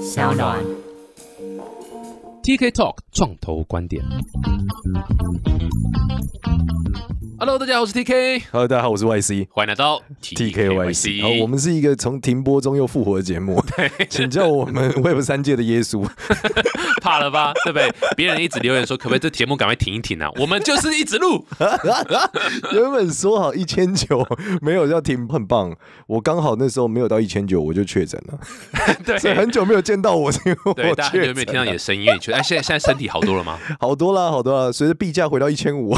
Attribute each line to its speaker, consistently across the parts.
Speaker 1: 小暖
Speaker 2: TK Talk 创投观点。Hello，大家好，我是 TK，
Speaker 3: Hello，大家好，我是 YC
Speaker 2: 欢迎来到
Speaker 3: TKYC，好，我们是一个从停播中又复活的节目，请叫我们 Web 三界的耶 稣，
Speaker 2: 怕了 吧？对不对？别人一直留言说，可不可以这节目赶快停一 停啊？我们就是一直录，
Speaker 3: 原本说好一千九，没有要停，很棒。我刚好那时候没有到一千九，我就确诊了，
Speaker 2: 对
Speaker 3: 所以很久没有见到我，是因为
Speaker 2: 对，
Speaker 3: 我
Speaker 2: 大家很久没
Speaker 3: 确
Speaker 2: 有
Speaker 3: 诊
Speaker 2: 听到你的声音，因为你觉得哎，现在现在身体好多了吗？
Speaker 3: 好多啦，好多啦，随着币价回到一千五，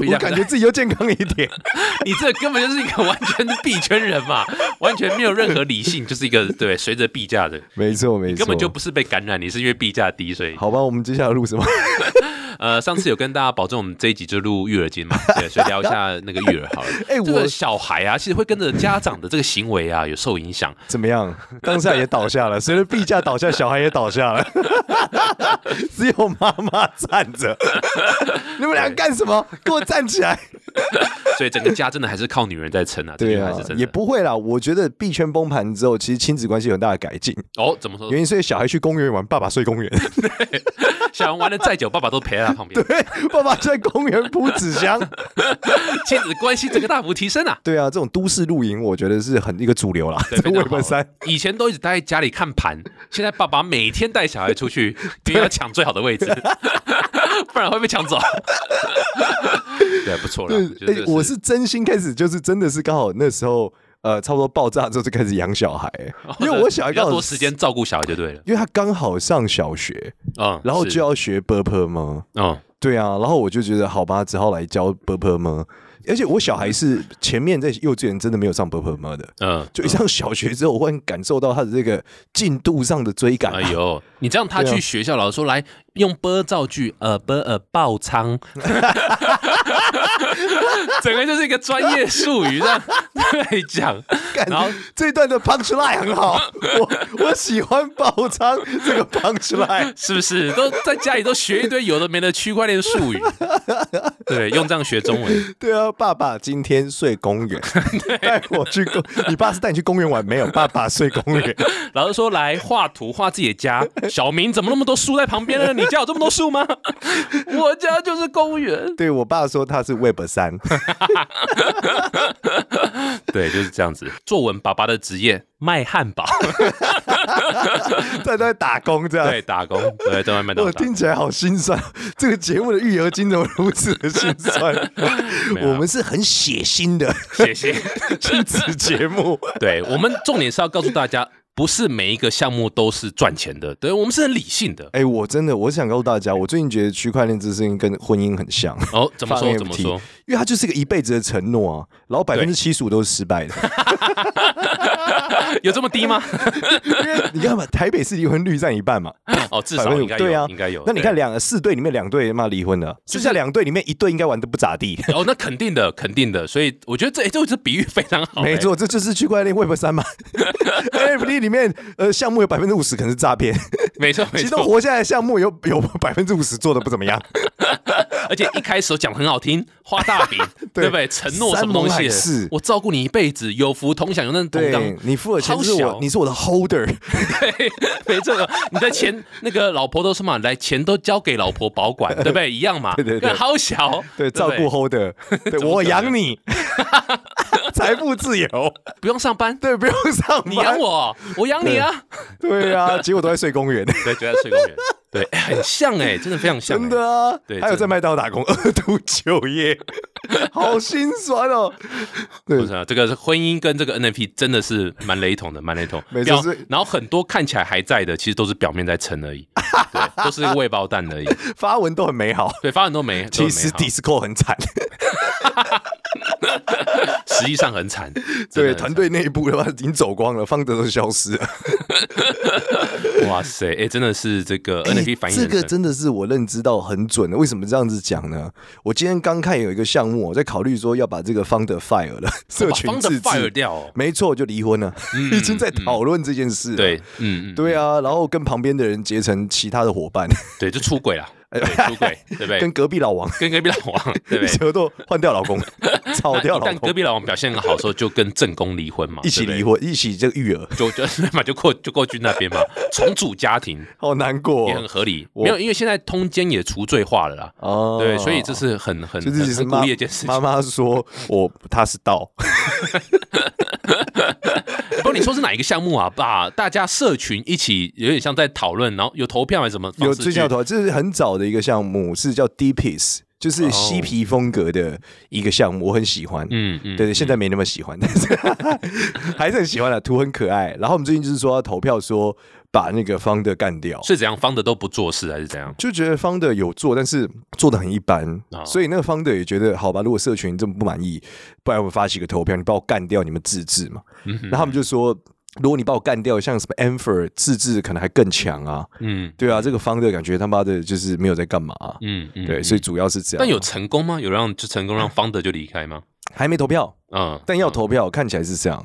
Speaker 2: 币价
Speaker 3: 我感觉自己又健康一点。
Speaker 2: 你这根本就是一个完全的币圈人 嘛，完全没有任何理性，就是一个对随着币价的，
Speaker 3: 没错，没错，
Speaker 2: 根本就不是被感染，你是因为币价低，所以
Speaker 3: 好吧。我们接下来录什么？
Speaker 2: 呃，上次有跟大家保证，我们这一集就录育儿经嘛， 对，所以聊一下那个育儿好了。
Speaker 3: 哎
Speaker 2: 这
Speaker 3: 我
Speaker 2: 个小孩啊，其实会跟着家长的这个行为啊有受影响。
Speaker 3: 怎么 样？当下也倒下 了，随着币价倒下，小孩也倒下了， 只有妈妈站着。 你们俩干什么？给我站起来！
Speaker 2: 所以整个家真的还是靠女人在撑啊，这句
Speaker 3: 对
Speaker 2: 话
Speaker 3: 啊
Speaker 2: 是真的。
Speaker 3: 也不会啦。我觉得币圈崩盘之后，其实亲子关系有很大的改进。
Speaker 2: 哦，怎么说？
Speaker 3: 原因是小孩去公园玩，爸爸睡 公园，
Speaker 2: 小王玩的再久，爸爸都陪在他旁 边，
Speaker 3: 爸爸在公园铺纸 箱。
Speaker 2: 亲子关系整个大幅提升啊。
Speaker 3: 对啊，这种都市露营，我觉得是很一个主流啦。
Speaker 2: 非常好
Speaker 3: Web 三，
Speaker 2: 以前都一直待在家里看盘，现在爸爸每天带小孩出去，因为要抢最好的位 置，不然会被抢走。 对，不错了，
Speaker 3: 对
Speaker 2: 我觉得这
Speaker 3: 哎
Speaker 2: 个
Speaker 3: 我是真心开始，就是真的是刚好那时候，呃，差不多爆炸之后就开始养小孩，哎因为我小孩
Speaker 2: 比较
Speaker 3: 刚好
Speaker 2: 哦多时间，照顾小孩就对了。
Speaker 3: 因为他刚好上小学，
Speaker 2: 嗯，
Speaker 3: 然后
Speaker 2: 是
Speaker 3: 就要学 b u r p e 吗？
Speaker 2: 嗯，
Speaker 3: 对啊，然后我就觉得好吧，只好来教 b u r p e 吗？而且我小孩是前面在幼稚园真的没有上 b u r p e 吗的，
Speaker 2: 嗯，
Speaker 3: 就一上小学之后，我忽然感受到他的这个进度上的追赶。
Speaker 2: 哎呦，你这样他
Speaker 3: 对啊
Speaker 2: 去学校，老师说来用波造句，呃波呃爆仓， 整个就是一个专业术语这样对讲，
Speaker 3: 干
Speaker 2: 然后
Speaker 3: 这一段的 punch line 很好，我我喜欢爆仓这个 punch line。
Speaker 2: 哎是不是都在家里都学一堆有的没的区块链术语？对，用这样学中文，
Speaker 3: 对啊，爸爸今天睡公 园，带我去公，你爸是带你去公园玩没有？爸爸睡公园，
Speaker 2: 老师说来画图画自己的家，小明怎么那么多树在旁边呢？你家有这么多树 吗？我家就是公园。
Speaker 3: 对我爸说他是 Web 三，
Speaker 2: 对，就是这样子。作文爸爸的职业卖汉 堡，
Speaker 3: 在在打工这样。
Speaker 2: 对，打工，对，在外面打
Speaker 3: 我
Speaker 2: 工。
Speaker 3: 听起来好心酸，这个节目的育儿金怎么如此的心酸？
Speaker 2: 没有啊
Speaker 3: 我们是很血腥的
Speaker 2: 谢谢。
Speaker 3: 亲子节目，
Speaker 2: 对我们重点是要告诉大家，不是每一个项目都是赚钱的，对我们是很理性的。
Speaker 3: 哎、我真的我想告诉大家，我最近觉得区块链这事情跟婚姻很像。
Speaker 2: 哦，怎么
Speaker 3: 放
Speaker 2: 说？
Speaker 3: NFT
Speaker 2: 怎么说？？
Speaker 3: 因为它就是一个一辈子的承诺啊，然后百分之七十五都是失败的。
Speaker 2: 有这么低吗？
Speaker 3: 因为你看嘛，台北市离婚率占一半嘛，
Speaker 2: 哦，至
Speaker 3: 百
Speaker 2: 少
Speaker 3: 分之
Speaker 2: 应
Speaker 3: 五
Speaker 2: 该有，
Speaker 3: 对啊，
Speaker 2: 应该有。
Speaker 3: 那你看
Speaker 2: 对，
Speaker 3: 两四对里面两对嘛离婚了，剩下两对里面一对应该玩的不咋地。
Speaker 2: 哦，那肯定的，肯定的。所以我觉得这哎这这比喻非常好，
Speaker 3: 没
Speaker 2: 哎。
Speaker 3: 错，这就是区块链 Web 三嘛，NFT 里面呃项目有百分之五十可能是诈骗，
Speaker 2: 没错，没
Speaker 3: 其中
Speaker 2: 错，
Speaker 3: 活下来的项目有有百分之五十做的不怎么样，
Speaker 2: 而且一开始都讲得很好听，画大 饼，对不对？承诺什么东
Speaker 3: 山盟
Speaker 2: 西
Speaker 3: 海誓？
Speaker 2: 我照顾你一辈子，有福同享，有难 同当
Speaker 3: 对。你付的钱是
Speaker 2: 好小
Speaker 3: 我，你是我的 holder，
Speaker 2: 对， 没错，你的钱那个老婆都说嘛，来钱都交给老婆保管，对不对？一样嘛，
Speaker 3: 对对对
Speaker 2: 好小，
Speaker 3: 对，
Speaker 2: 不
Speaker 3: 照顾 holder，对我养你，财富自由，
Speaker 2: 不用上班，
Speaker 3: 对，不用上班，
Speaker 2: 你养，我，我养你啊！
Speaker 3: 对啊，结果都在 睡公园，
Speaker 2: 对，就在睡公园，对，哎很像哎、真的非常像、哎
Speaker 3: 真的啊
Speaker 2: 对，
Speaker 3: 还有
Speaker 2: 真的
Speaker 3: 在麦当劳打工，二度 就业，好心酸哦，对
Speaker 2: 不是啊，这个是婚姻跟这个 NFT 真的是蛮雷同的，蛮雷同。
Speaker 3: 没
Speaker 2: 表
Speaker 3: 错是
Speaker 2: 然后很多看起来还在的，其实都是表面在撑 而已，对，都是未爆弹而已。
Speaker 3: 发文都很美好。
Speaker 2: 对，发很多没，都
Speaker 3: 其
Speaker 2: 很
Speaker 3: 实
Speaker 2: 美好
Speaker 3: Disco 很惨，
Speaker 2: 实际上很惨。真的
Speaker 3: 对
Speaker 2: 很
Speaker 3: 团队内部的话已经走光了，方德都消失了。
Speaker 2: 惨，哇塞，哎、真的是这个 NFT 反应
Speaker 3: 哎这
Speaker 2: 人
Speaker 3: 个
Speaker 2: 生
Speaker 3: 真的是我认知到很准的。为什么这样子讲呢？我今天刚看有一个项目，我在考虑说要把这个 founder fire 了，社
Speaker 2: 把
Speaker 3: 群
Speaker 2: founder
Speaker 3: 自
Speaker 2: fire
Speaker 3: 治
Speaker 2: 掉哦
Speaker 3: 没错，就离婚了， 已经在讨论这件事了。啊
Speaker 2: 对，嗯嗯，
Speaker 3: 对啊，然后跟旁边的人结成其他的伙伴，
Speaker 2: 对，就出轨了。对，出轨，对不对？
Speaker 3: 跟隔壁老王
Speaker 2: 跟隔壁老王，对不 对？
Speaker 3: 舌头换掉老 公，炒
Speaker 2: 那
Speaker 3: 掉
Speaker 2: 一
Speaker 3: 老
Speaker 2: 旦隔
Speaker 3: 公，
Speaker 2: 壁老王表现很好的时候，就跟正宫离婚嘛，
Speaker 3: 一起
Speaker 2: 对
Speaker 3: 离
Speaker 2: 不
Speaker 3: 婚，一起这个育儿，
Speaker 2: 对，就 就嘛就过就过去那边嘛，重组家庭
Speaker 3: 好难过哦
Speaker 2: 也很合理。
Speaker 3: 我
Speaker 2: 没有，因为现在通奸也除罪化了啦，
Speaker 3: 哦。
Speaker 2: 对，所以这是很很
Speaker 3: 就
Speaker 2: 很
Speaker 3: 是其实
Speaker 2: 很
Speaker 3: 妈
Speaker 2: 鼓励的一件事情。
Speaker 3: 妈妈说我他是道，
Speaker 2: 不过你说是哪一个项目啊？把大家社群一起有点像在讨论，然后有投哦票还是什么方
Speaker 3: 有
Speaker 2: 式去？
Speaker 3: 最近有投，这是很早的一个项目，是叫 D Piece，就是嬉皮风格的一个项目，我很喜欢。
Speaker 2: 哦嗯嗯，
Speaker 3: 对对，现在没那么喜欢， 但是还是很喜欢的，图很可爱。然后我们最近就是说要投票，说把那个方的干掉，
Speaker 2: 是怎样方的都不做事还是怎样？
Speaker 3: 就觉得方的有做，但是做的很一般，
Speaker 2: 哦
Speaker 3: 所以那个方的也觉得好吧，如果社群这么不满意，不然我们发起个投票，你把我干掉，你们自治嘛。
Speaker 2: 嗯
Speaker 3: 然后他们就说，如果你把我干掉，像什么 a n f e r 自治可能还更强啊，
Speaker 2: 嗯
Speaker 3: 对啊，这个方的感觉他妈的就是没有在干嘛、啊
Speaker 2: 嗯嗯，
Speaker 3: 对，
Speaker 2: 嗯
Speaker 3: 所以主要是这样。
Speaker 2: 但有成功吗？有让就成功让方的就离开吗？
Speaker 3: 还没投票，
Speaker 2: 嗯，
Speaker 3: 但要投票，看起来是这样，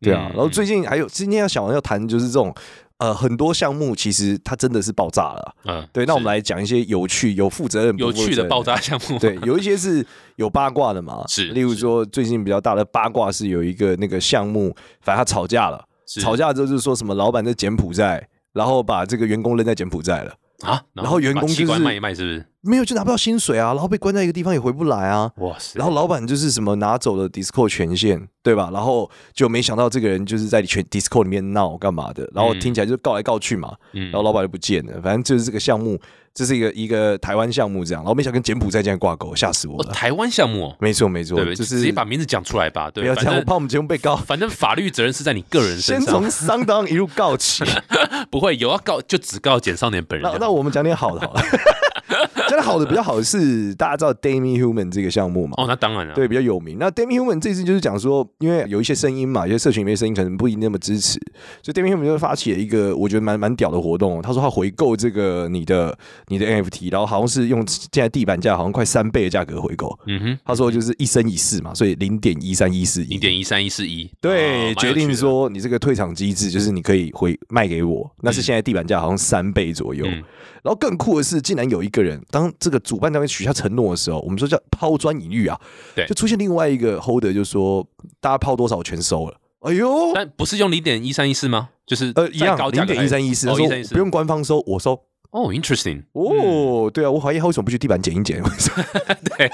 Speaker 3: 对啊。
Speaker 2: 嗯
Speaker 3: 然后最近还有今天要想要谈就是这种呃很多项目，其实它真的是爆炸了。啊
Speaker 2: 嗯，
Speaker 3: 对，那我
Speaker 2: 是
Speaker 3: 们来讲一些有趣、有负责任、
Speaker 2: 有
Speaker 3: 不负
Speaker 2: 趣
Speaker 3: 责
Speaker 2: 的
Speaker 3: 任
Speaker 2: 爆。炸项目，
Speaker 3: 对，有一些是有八卦的嘛，
Speaker 2: 是
Speaker 3: 例如说最近比较大的八卦是有一个那个项目，反正他吵架了，
Speaker 2: 是
Speaker 3: 吵架之后就是说什么老板在柬埔寨，然后把这个员工扔在柬埔寨了，
Speaker 2: 啊，
Speaker 3: 然后员
Speaker 2: 把
Speaker 3: 工
Speaker 2: 器官
Speaker 3: 就是
Speaker 2: 卖一卖，是不是？
Speaker 3: 没有就拿不到薪水啊，然后被关在一个地方也回不来啊，
Speaker 2: 哇塞！
Speaker 3: 然后老板就是什么拿走了 Discord 权限，对吧？然后就没想到这个人就是在全 Discord 里面闹干嘛的，然后
Speaker 2: 嗯
Speaker 3: 听起来就告来告去嘛，
Speaker 2: 嗯，
Speaker 3: 然后老板就不见了。反正就是这个项目，这是一个一个台湾项目这样，然后没想到跟柬埔寨这样挂钩，吓死我
Speaker 2: 哦
Speaker 3: 了。
Speaker 2: 台湾项目哦，
Speaker 3: 没错没
Speaker 2: 对
Speaker 3: 错
Speaker 2: 不，对？
Speaker 3: 就
Speaker 2: 直接
Speaker 3: 是
Speaker 2: 把名字讲出来吧，对，
Speaker 3: 不要
Speaker 2: 反
Speaker 3: 这样，我
Speaker 2: 正
Speaker 3: 怕我们节目被 告。
Speaker 2: 反正法律责任是在你个人身
Speaker 3: 先
Speaker 2: 上
Speaker 3: 从，商当一路 告起，
Speaker 2: 不会有要告就只告简少年本人
Speaker 3: 那
Speaker 2: 就好。
Speaker 3: 那我们讲点好的好了。 讲点好的比较好的是，大家知道 Demi Human 这个项目嘛？
Speaker 2: 哦，那当然了，
Speaker 3: 对，比较有名。那 Demi Human 这次就是讲说，因为有一些声音嘛，有些社群里面的声音可能不一定那么支持，所以 Demi Human 就发起了一个我觉得蛮蛮屌的活动哦。他说他回购这个你的你的 NFT，然后好像是用现在地板价好像快三倍的价格回购。
Speaker 2: 嗯哼，
Speaker 3: 他说就是一生一世嘛，所以零点一三一四
Speaker 2: 零点一三一四一，
Speaker 3: 对，
Speaker 2: 哦
Speaker 3: 决定，说你这个退场机制就是你可以回卖给我，那是现在地板价好像三倍左右。
Speaker 2: 嗯
Speaker 3: 然后更酷的是，竟然有一个人，当这个主办单位许下承诺的时候，我们说叫抛砖引玉啊，
Speaker 2: 对
Speaker 3: 就出现另外一个 holder 就说大家抛多少我全收了，哎
Speaker 2: 蛮
Speaker 3: 呦，
Speaker 2: 有趣的但不是用零点一三一四吗？就是
Speaker 3: 呃一样
Speaker 2: 再高价
Speaker 3: 零
Speaker 2: 格
Speaker 3: 点一三一四，他说
Speaker 2: 哦1314
Speaker 3: 不用官方收，我收。
Speaker 2: 哦，interesting，嗯
Speaker 3: 哦，对啊，我怀疑他为什么不去地板捡 一捡？
Speaker 2: 对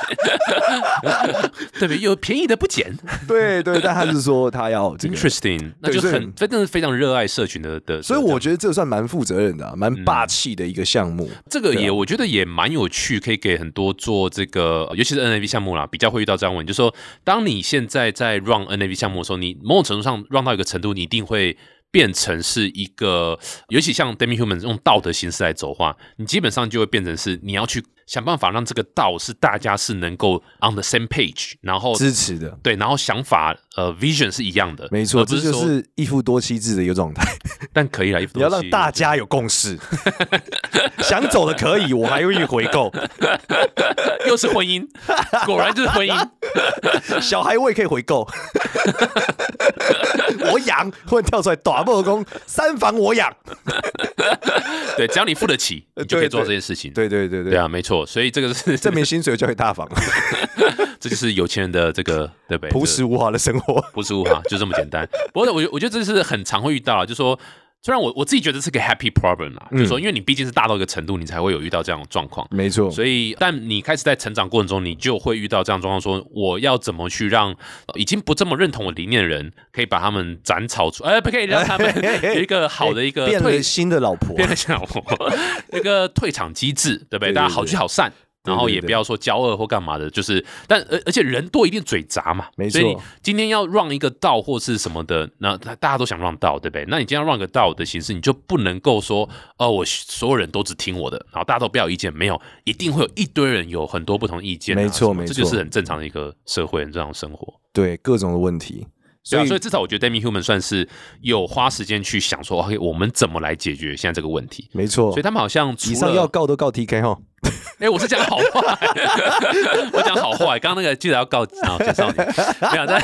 Speaker 2: 不对？有便宜的不减
Speaker 3: 对对，但他是说他要 这个，
Speaker 2: ，interesting，那
Speaker 3: 对
Speaker 2: 就
Speaker 3: 所以
Speaker 2: 很真的是非常热爱社群的的，
Speaker 3: 所以
Speaker 2: 的
Speaker 3: 我觉得这算蛮负责任的啊、
Speaker 2: 嗯
Speaker 3: 蛮霸气的一个项目。
Speaker 2: 这个
Speaker 3: 对啊
Speaker 2: 也、我觉得也蛮有趣，可以给很多做这个，呃尤其是 NAV 项目啦，比较会遇到这样的问题，就是说，当你现在在 run NAV 项目的时候，你某种程度上 run 到一个程度，你一定会。变成是一个，尤其像 Demi Human 用道的形式来走话，你基本上就会变成是你要去想办法让这个道是大家是能够 on the same page，然后
Speaker 3: 支持的，
Speaker 2: 对，然后想法呃 vision 是一样的，
Speaker 3: 没错，
Speaker 2: 而不
Speaker 3: 这
Speaker 2: 是
Speaker 3: 就
Speaker 2: 说
Speaker 3: 是一夫多妻制的一个状态。
Speaker 2: 但可以啦，
Speaker 3: 你要让大家有共 识，想走的可以，我还愿意回购；
Speaker 2: 又是婚姻，果然就是婚姻，
Speaker 3: 小孩我也可以回购。我养，忽然跳出来打破工，三房我养。
Speaker 2: 对，只要你付得起，你就可以做到这件事情。
Speaker 3: 对对对
Speaker 2: 对
Speaker 3: 对，
Speaker 2: 啊，没错，所以这个是
Speaker 3: 证明薪水交给大房，
Speaker 2: 这就是有钱人的这个对不对？
Speaker 3: 朴实无华的生 活。
Speaker 2: 朴实无华，就这么简单。不过我觉我觉得这是很常会遇到啊，就说虽然我我自己觉得是个 happy problem 啦，就说
Speaker 3: 嗯
Speaker 2: 因为你毕竟是大到一个程度，你才会有遇到这样的状况。
Speaker 3: 没错，
Speaker 2: 所以，但你开始在成长过程中，你就会遇到这样的状况：说我要怎么去让呃已经不这么认同我理念的人，可以把他们斩草除，呃，不可以让他们 有一个好的一个
Speaker 3: 哎变
Speaker 2: 退
Speaker 3: 了新的老 婆，
Speaker 2: 变得像我一个退场机制，对不
Speaker 3: 对对
Speaker 2: 对？大家好聚好散。
Speaker 3: 对
Speaker 2: 然后
Speaker 3: 对
Speaker 2: 也
Speaker 3: 对
Speaker 2: 不要说骄傲或干嘛的，就是，但呃而而且人多一定嘴杂嘛，
Speaker 3: 没
Speaker 2: 所以你
Speaker 3: 错
Speaker 2: 今天要让一个道或是什么的，那他大家都想让道，对不对？那你今天要让个道的形式，你就不能够说，哦，我所有人都只听我的，然后大家都不要有意见，没有，一定会有一堆人有很多不同意见啊、
Speaker 3: 没
Speaker 2: 什
Speaker 3: 错
Speaker 2: 么
Speaker 3: 没错
Speaker 2: 这就是很正常的一个社会，很正常的生活。
Speaker 3: 对各种的问题。
Speaker 2: 对
Speaker 3: 所
Speaker 2: 啊，
Speaker 3: 以
Speaker 2: 所以至少我觉得 Demi Human 算是有花时间去想说，OK，我们怎么来解决现在这个问题？
Speaker 3: 没错
Speaker 2: 所以，他们好像除
Speaker 3: 以
Speaker 2: 了
Speaker 3: 上要告都告 TK 哈，
Speaker 2: 哎、我是讲好话、 我讲好话、刚刚那个记得要告啊，介 绍你，没有，但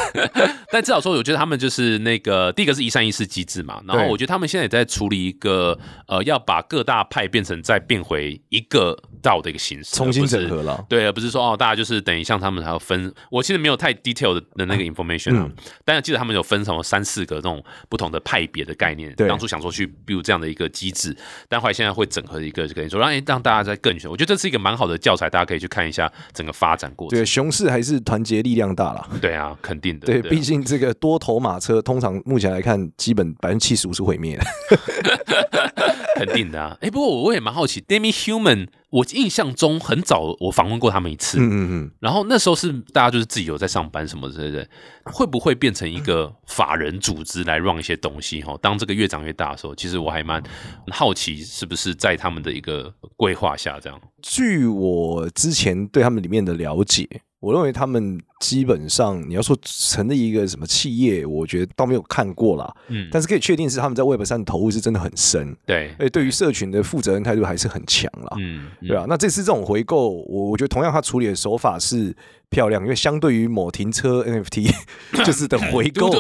Speaker 2: 但至少说，我觉得他们就是那个第一个是一善一四机制嘛，然后
Speaker 3: 对
Speaker 2: 我觉得他们现在也在处理一个呃，要把各大派变成再变回一个道的一个形式，
Speaker 3: 重新
Speaker 2: 而不是
Speaker 3: 整合了。
Speaker 2: 对，而不是说哦，大家就是等于像他们还要分，我其实没有太 detail 的的
Speaker 3: 嗯
Speaker 2: 那个 information 啊，但记得他们有分什么三四个这种不同的派别的概念，
Speaker 3: 对
Speaker 2: 当初想说去 build 这样的一个机制，但后来现在会整合一个，就跟你说让诶哎让大家在更选，我觉得这是一个蛮好的教材，大家可以去看一下整个发展过程
Speaker 3: 对，。熊市还是团结力量大啦。
Speaker 2: 对啊，肯定的，
Speaker 3: 对，
Speaker 2: 啊
Speaker 3: 毕竟这个多头马车，通常目前来看，基本百分之七十五是毁灭的。
Speaker 2: 肯定的啊。哎，不过我我也蛮好奇，Demi Human，我印象中很早我访问过他们一次，
Speaker 3: 嗯嗯嗯，
Speaker 2: 然后那时候是大家就是自己有在上班什么之类的，会不会变成一个法人组织来 run 一些东西？哈，当这个越长越大的时候，其实我还蛮好奇，是不是在他们的一个规划下这样？
Speaker 3: 据我之前对他们里面的了解，我认为他们基本上你要说成立一个什么企业，我觉得倒没有看过啦。
Speaker 2: 嗯，
Speaker 3: 但是可以确定是他们在 Web 上投入是真的很深，
Speaker 2: 对，
Speaker 3: 而且对于社群的负责任态度还是很强啦。
Speaker 2: 嗯，嗯
Speaker 3: 对啊，那这次这种回购，我我觉得同样他处理的手法是漂亮，因为相对于某停车 NFT 就是的回购，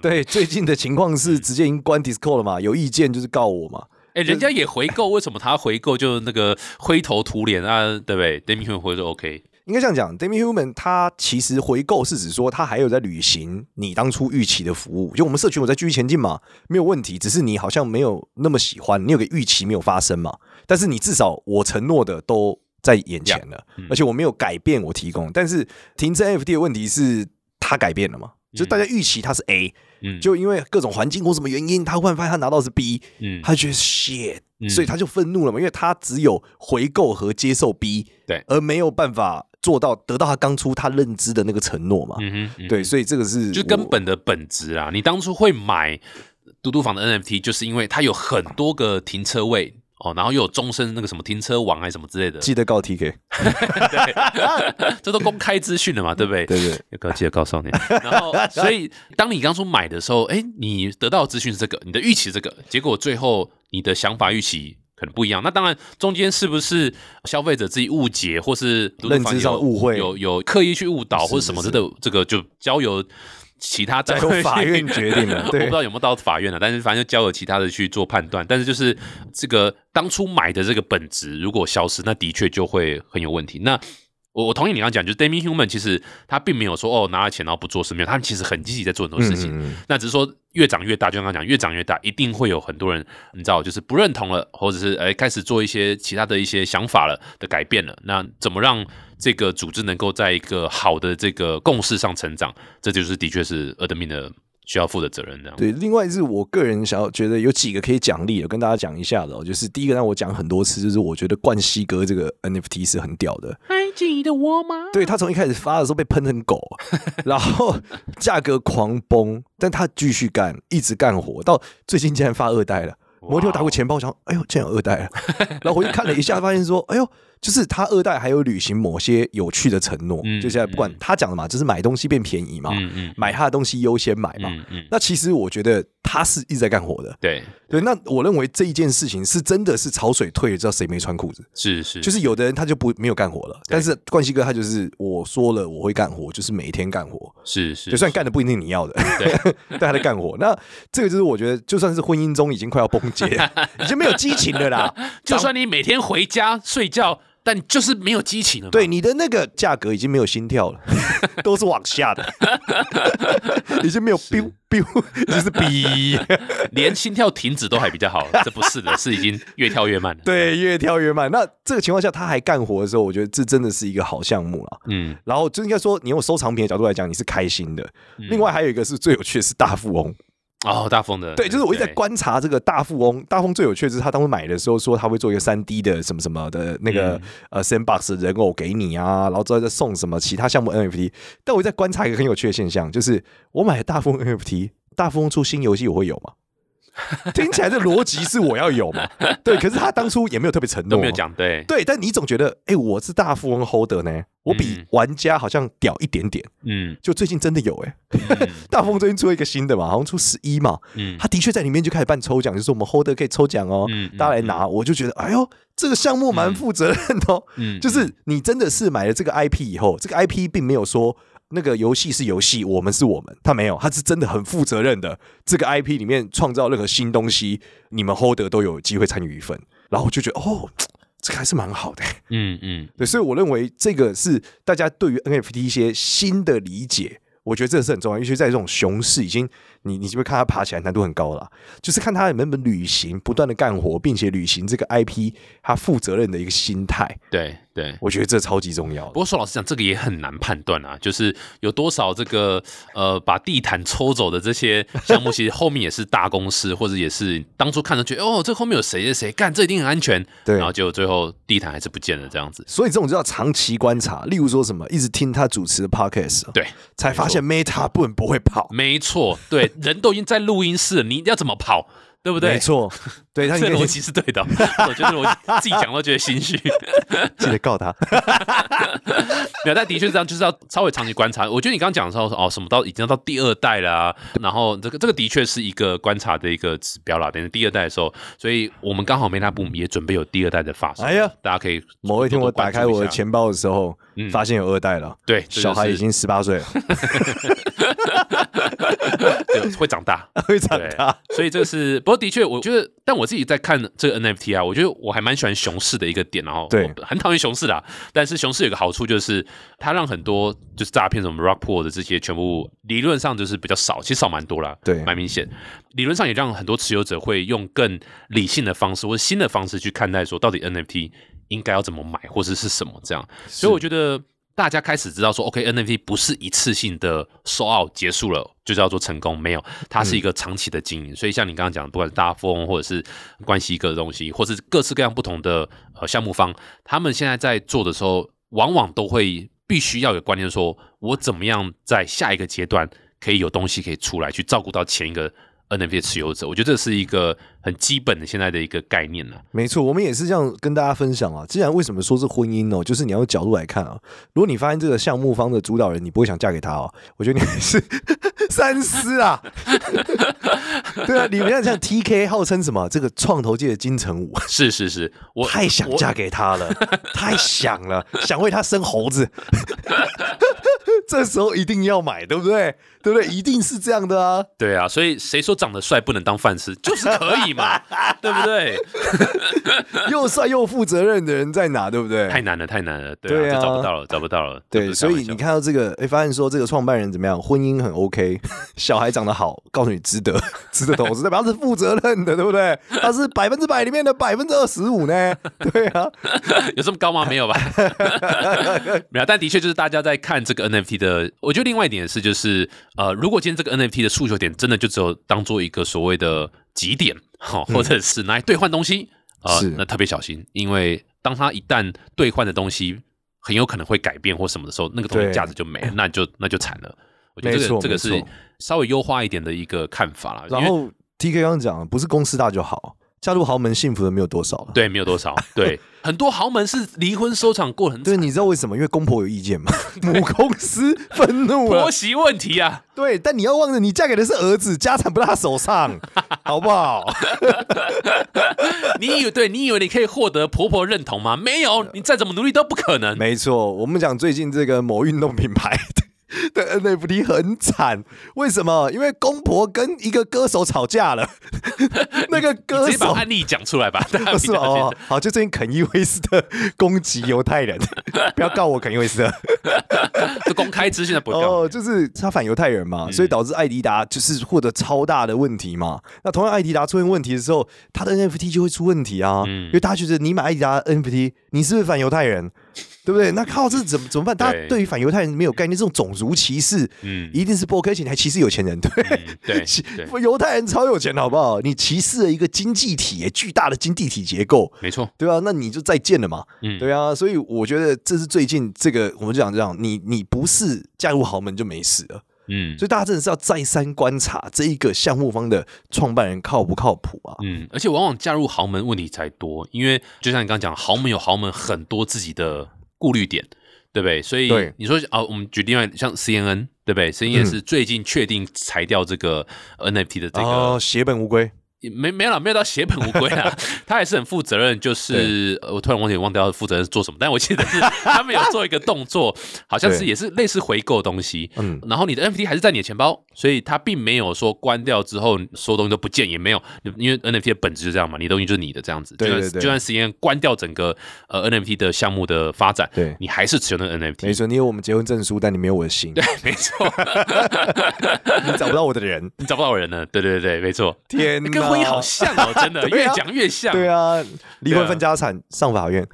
Speaker 3: 对最近的情况是直接已经关 Discord 了嘛，有意见就是告我嘛，
Speaker 2: 哎，人家也回购，为什么他回购就那个灰头土脸啊？对不对？Demi Human 回购 OK，
Speaker 3: 应该这样讲，Demi Human 它其实回购是指说它还有在履行你当初预期的服务，就我们社群有在继续前进嘛，没有问题，只是你好像没有那么喜欢，你有个预期没有发生嘛，但是你至少我承诺的都在眼前了而且我没有改变我提供，但是停车 FD 的问题是它改变了嘛，就大家预期它是 A，、
Speaker 2: 嗯，
Speaker 3: 就因为各种环境或什么原因，他忽然发现他拿到的是 B，
Speaker 2: 嗯
Speaker 3: 他觉得 shit，、
Speaker 2: 嗯
Speaker 3: 所以他就愤怒了嘛，因为他只有回购和接受 B，
Speaker 2: 对
Speaker 3: 而没有办法做到得到他当初他认知的那个承诺嘛，
Speaker 2: 嗯哼，嗯哼
Speaker 3: 对，所以这个是
Speaker 2: 就
Speaker 3: 我
Speaker 2: 根本的本质啊！你当初会买嘟嘟房的 NFT，就是因为它有很多个停车位哦，然后又有终身那个什么停车王还是什么之类的，
Speaker 3: 记得告 TK，
Speaker 2: 这都公开资讯了嘛，对不对？
Speaker 3: 对对
Speaker 2: 要告记得告诉你。然后，所以当你当初买的时候，哎，你得到的资讯是这个，你的预期是这个，结果最后你的想法预期。可能不一样，那当然中间是不是消费者自己误解，或是嘟嘟
Speaker 3: 认
Speaker 2: 房
Speaker 3: 知上
Speaker 2: 有
Speaker 3: 误会
Speaker 2: 有有刻意去误导，
Speaker 3: 是
Speaker 2: 或者什么
Speaker 3: 是
Speaker 2: 这个这个就交由其他单
Speaker 3: 交由
Speaker 2: 位
Speaker 3: 法
Speaker 2: 去
Speaker 3: 院决定的
Speaker 2: 我不
Speaker 3: 对
Speaker 2: 知道有没有到法院了、但是反正就交由其他的去做判断。但是就是这个当初买的这个本质如果消失，那的确就会很有问题。那我我同意你刚刚讲，就是 Demi Human 其实他并没有说哦拿了钱然后不做事，没有，他们其实很积极在做很多事情。
Speaker 3: 嗯嗯嗯
Speaker 2: 那只是说越长越大，就像刚刚讲，越长越大，一定会有很多人，你知道，就是不认同了，或者是哎开始做一些其他的一些想法了的改变了。那怎么让这个组织能够在一个好的这个共识上成长？这就是的确是 admin 的需要负的责任，这样。
Speaker 3: 对，另外是我个人想要觉得有几个可以奖励的，跟大家讲一下的、哦，就是第一个让我讲很多次，就是我觉得冠希哥这个 NFT 是很屌的，
Speaker 1: 埃及的我吗？
Speaker 3: 对他从一开始发的时候被喷成狗，啊 然后价格狂崩，但他继续干，一直干活，到最近竟然发二代了。摩天打过钱包，我想，哎呦，竟然有二代 了。然后回去看了一下，发现说，哎呦，就是他二代还有履行某些有趣的承诺，
Speaker 2: 嗯
Speaker 3: 就现在不管他讲的嘛，就是买东西变便宜嘛，
Speaker 2: 嗯嗯
Speaker 3: 买他的东西优先买嘛。
Speaker 2: 嗯嗯，
Speaker 3: 那其实我觉得他是一直在干活的，
Speaker 2: 对，
Speaker 3: 对。那我认为这一件事情是真的是潮水退了，知道谁没穿裤子。
Speaker 2: 是是，
Speaker 3: 就是是有的人他就不没有干活了，但是冠希哥他就是我说了我会干活，就是每一天干活，
Speaker 2: 是是，
Speaker 3: 就算干的不一定你要的， 但他在干活。那这个就是我觉得，就算是婚姻中已经快要崩解， 已经没有激情了啦。
Speaker 2: 就算你每天回家睡觉，但就是没有激情了嘛。
Speaker 3: 对你的那个价格已经没有心 跳了，都是往下的， 已经没有 biu biu，就 是 逼，
Speaker 2: 连心跳停止都还比较好，这不是的，是已经越跳越慢了。
Speaker 3: 对，越跳越慢。那这个情况下他还干活的时候，我觉得这真的是一个好项目了。
Speaker 2: 嗯，
Speaker 3: 然后就应该说，你用收藏品的角度来讲，你是开心的。
Speaker 2: 嗯
Speaker 3: 另外还有一个是最有趣的是大富翁，
Speaker 2: 哦，大风的，
Speaker 3: 对，就是我一直在
Speaker 2: 对
Speaker 3: 观察这个大富翁。大富翁最有趣的是，他当初买的时候说他会做一个三 D 的什么什么的那
Speaker 2: 嗯
Speaker 3: 个、呃 sandbox 人偶给你啊，然后之后再送什么其他项目 NFT。但我在观察一个很有趣的现象，就是我买的大富翁 NFT，大富翁出新游戏我会有吗？ 听起来这逻辑是我要有嘛？对，可是他当初也没有特别承诺，
Speaker 2: 都没有。讲对，
Speaker 3: 对，但你总觉得，哎、我是大富翁 holder 呢，我比
Speaker 2: 嗯
Speaker 3: 玩家好像屌一点点。
Speaker 2: 嗯
Speaker 3: 就最近真的有哎、
Speaker 2: 嗯
Speaker 3: 大富翁最近出了一个新的嘛，好像出十一嘛，
Speaker 2: 嗯
Speaker 3: 他的确在里面就开始办抽奖，就是我们 holder 可以抽奖哦，
Speaker 2: 嗯
Speaker 3: 大家来拿。我就觉得，哎呦，这个项目蛮负责任的、哦，
Speaker 2: 嗯
Speaker 3: 就是你真的是买了这个 IP 以后，这个 IP 并没有说那个游戏是游戏，我们是我们，他没有，他是真的很负责任的。这个 IP 里面创造任何新东西，你们 holder 都有机会参与一份。然后我就觉得，哦，这个还是蛮好的。欸
Speaker 2: 嗯嗯
Speaker 3: 对，所以我认为这个是大家对于 NFT 一些新的理解，我觉得这是很重要，尤其在这种熊市，已经你你是不是看它爬起来难度很高了啊？就是看它能不能履行不断的干活，并且履行这个 IP 它负责任的一个心态，
Speaker 2: 对对。
Speaker 3: 我觉得这超级重要
Speaker 2: 不
Speaker 3: 的。
Speaker 2: 过说老实讲，这个也很难判断啊，就是有多少这个呃把地毯抽走的这些项目，其实后面也是大公司，或者也是当初看上去哦，这后面有谁谁谁干，这一定很安全，
Speaker 3: 对
Speaker 2: 然后结果最后地毯还是不见了这样子。
Speaker 3: 所以这种就要长期观察，例如说什么，一直听他主持的 podcast，啊
Speaker 2: 对，
Speaker 3: 才发现 Meta 不不会跑，
Speaker 2: 没错，对，人都已经在录音室了，你要怎么跑，对不对？
Speaker 3: 没， 错，对他
Speaker 2: 这
Speaker 3: 应
Speaker 2: 逻
Speaker 3: 该
Speaker 2: 辑是对的。我觉得逻辑自己讲都觉得心虚。
Speaker 3: 记得告 他，
Speaker 2: 没有，但的确是这样，就是要稍微长期观察。我觉得你刚刚讲的时候，哦，什么到已经到第二代啦、然后这个这个的确是一个观察的一个指标啦。等于第二代的时候，所以我们刚好 Meta Boom 也准备有第二代的发生。
Speaker 3: 哎呀
Speaker 2: 大家可以
Speaker 3: 某一天我
Speaker 2: 多多
Speaker 3: 打
Speaker 2: 关注
Speaker 3: 开我的
Speaker 2: 一下
Speaker 3: 钱包的时候，
Speaker 2: 嗯
Speaker 3: 发现有二代了，
Speaker 2: 对这就
Speaker 3: 小孩已
Speaker 2: 是
Speaker 3: 经十八岁了。
Speaker 2: 对会长大。
Speaker 3: 会长
Speaker 2: 对
Speaker 3: 大。，
Speaker 2: 所以这个是，不过的确，我觉得，但我自己在看这个 NFT 啊，我觉得我还蛮喜欢熊市的一个点，然后
Speaker 3: 对
Speaker 2: 我很讨厌熊市啦，但是熊市有个好处就是，它让很多就是诈骗什么 Rockpool 的这些全部理论上就是比较少，其实少蛮多啦，
Speaker 3: 对
Speaker 2: 蛮明显。理论上也让很多持有者会用更理性的方式或者新的方式去看待说，到底 NFT 应该要怎么买或者是什么这样。所以我觉得大家开始知道说，OK，NFT 不是一次性的 s o out 结束了就叫做成功，没有，它是一个长期的经营。所以像你刚刚讲的，不管是大富翁或者是关系各的东西，或是各式各样不同的呃项目方，他们现在在做的时候，往往都会必须要有观念说，我怎么样在下一个阶段可以有东西可以出来，去照顾到前一个 NFT 持有者。我觉得这是一个很基本的现在的一个概念呢、
Speaker 3: 没错，我们也是这样跟大家分享啊。既然为什么说是婚姻哦，就是你要用角度来看啊。如果你发现这个项目方的主导人，你不会想嫁给他哦，我觉得你还是 三思啊。对啊，你们要像 TK 号称什么这个创投界的金城武，
Speaker 2: 是是是，我
Speaker 3: 太想
Speaker 2: 我
Speaker 3: 嫁给他了，太想了，想为他生猴子。 这时候一定要买，对不对？对不对？一定是这样的啊。
Speaker 2: 对啊，所以谁说长得帅不能当饭吃，就是可以 嘛，对不对？
Speaker 3: 又帅又负责任的人在哪？对不对？
Speaker 2: 太难了，太难了，对啊，
Speaker 3: 对啊
Speaker 2: 这找不到了，找不到了。这
Speaker 3: 对，
Speaker 2: 不是
Speaker 3: 所
Speaker 2: 开
Speaker 3: 以
Speaker 2: 玩笑
Speaker 3: 你看到这个，哎、发现说这个创办人怎么样，婚姻很 OK，小 孩长得好，告诉你值得， 值得投资，代表他是负责任的，对不对？他是百分之百里面的百分之二十五呢， 对啊，
Speaker 2: 有这么高吗？没有吧， 没有。但的确就是大家在看这个 NFT 的，我觉得另外一点是，就是呃，如果今天这个 NFT 的诉求点真的就只有当做一个所谓的极点，好、或者是拿来兑换东西，呃
Speaker 3: 嗯是，
Speaker 2: 那特别小心，因为当它一旦兑换的东西很有可能会改变或什么的时候，那个东西
Speaker 3: 对
Speaker 2: 价值就没了，那就那就惨了。我觉得
Speaker 3: 没
Speaker 2: 这
Speaker 3: 错
Speaker 2: 个这个
Speaker 3: 没
Speaker 2: 是
Speaker 3: 错
Speaker 2: 稍微优化一点的一个看法啦，因
Speaker 3: 然
Speaker 2: 为
Speaker 3: 后 T K 刚刚讲，不是公司大就好，嫁入豪门幸福的没有多少了。
Speaker 2: 对没有多少， 对很多豪门是离婚收场过很
Speaker 3: 对，你知道为什么？因为公婆有意 见嘛，母公司愤怒了
Speaker 2: 婆。媳问题啊，
Speaker 3: 对，但你要忘了，你嫁给的是儿子，家产不在他手 上，好不好？
Speaker 2: 你以为对你以为你可以获得婆婆认同吗？没有，你再怎么努力都不可 能。
Speaker 3: 没错，我们讲最近这个某运动品牌的 NFT 很惨，为什么？因为公婆跟一个歌手吵架 了，那个
Speaker 2: 你
Speaker 3: 歌
Speaker 2: 直接把
Speaker 3: 手。
Speaker 2: 案例讲出来 吧，大家
Speaker 3: 不
Speaker 2: 比较
Speaker 3: 是
Speaker 2: 清楚
Speaker 3: 哦，好，就最近肯伊威斯特攻击犹 太人，不要告我肯伊威斯特
Speaker 2: 这公开资讯的不够。
Speaker 3: 哦，就是他反犹太人嘛，
Speaker 2: 嗯
Speaker 3: 所以导致艾迪达就是获得超大的问题嘛。那同样艾迪达出现问题的时候，他的 NFT 就会出问题啊，
Speaker 2: 嗯
Speaker 3: 因为大家觉得你买艾迪达 NFT，你是不是反犹太人？对不对？那靠，这怎么怎么办？大家
Speaker 2: 对
Speaker 3: 对于反犹太人没有概念，这种种族歧视，
Speaker 2: 嗯
Speaker 3: 一定是不 OK，而且你还歧视有钱人，对不对？
Speaker 2: 嗯 对
Speaker 3: 歧
Speaker 2: 对，
Speaker 3: 犹太人超有钱，好不好？你歧视了一个经济体，哎巨大的经济体结构，
Speaker 2: 没错，
Speaker 3: 对啊，那你就再见了嘛。
Speaker 2: 嗯
Speaker 3: 对啊，所以我觉得这是最近这个，我们就讲这样，你你不是嫁入豪门就没事了，
Speaker 2: 嗯
Speaker 3: 所以大家真的是要再三观察这一个项目方的创办人靠不靠谱啊。
Speaker 2: 嗯，而且往往嫁入豪门问题才多，因为就像你刚刚讲，豪门有豪门很多自己的顾虑点，对不对？所以
Speaker 3: 对嗯
Speaker 2: 你说啊，我们举另外像 CNN，对不对？CNN 是最近确定裁掉这个 NFT 的这个、
Speaker 3: 哦，血本无归，
Speaker 2: 没没有啦，没有到血本无归 啦，他还是很负责任。就是呃我突然忘记忘掉负责任是做什么，但我记 得是他们有做一个动作，好像是
Speaker 3: 对
Speaker 2: 也是类似回购的东西。
Speaker 3: 嗯，
Speaker 2: 然后你的 NFT 还是在你的钱包，所以它并没有说关掉之后所有东西都不见，也没有，因为 NFT 的本质就是这样嘛，你的东西就是你的这样子。
Speaker 3: 对对
Speaker 2: 就算
Speaker 3: 对
Speaker 2: 就算实验关掉整个呃 NFT 的项目的发展，
Speaker 3: 对
Speaker 2: 你还是持有那个
Speaker 3: 没
Speaker 2: NFT。
Speaker 3: 错，你有我们结婚证书，但你没有我的心，
Speaker 2: 没错，
Speaker 3: 你找不到我的人。
Speaker 2: 你找不到人了。对对对，没错，
Speaker 3: 天 哪，
Speaker 2: 跟婚姻好像哦，真的，
Speaker 3: 啊 对
Speaker 2: 越
Speaker 3: 啊
Speaker 2: 讲越像。
Speaker 3: 对啊，离婚分家产上法院，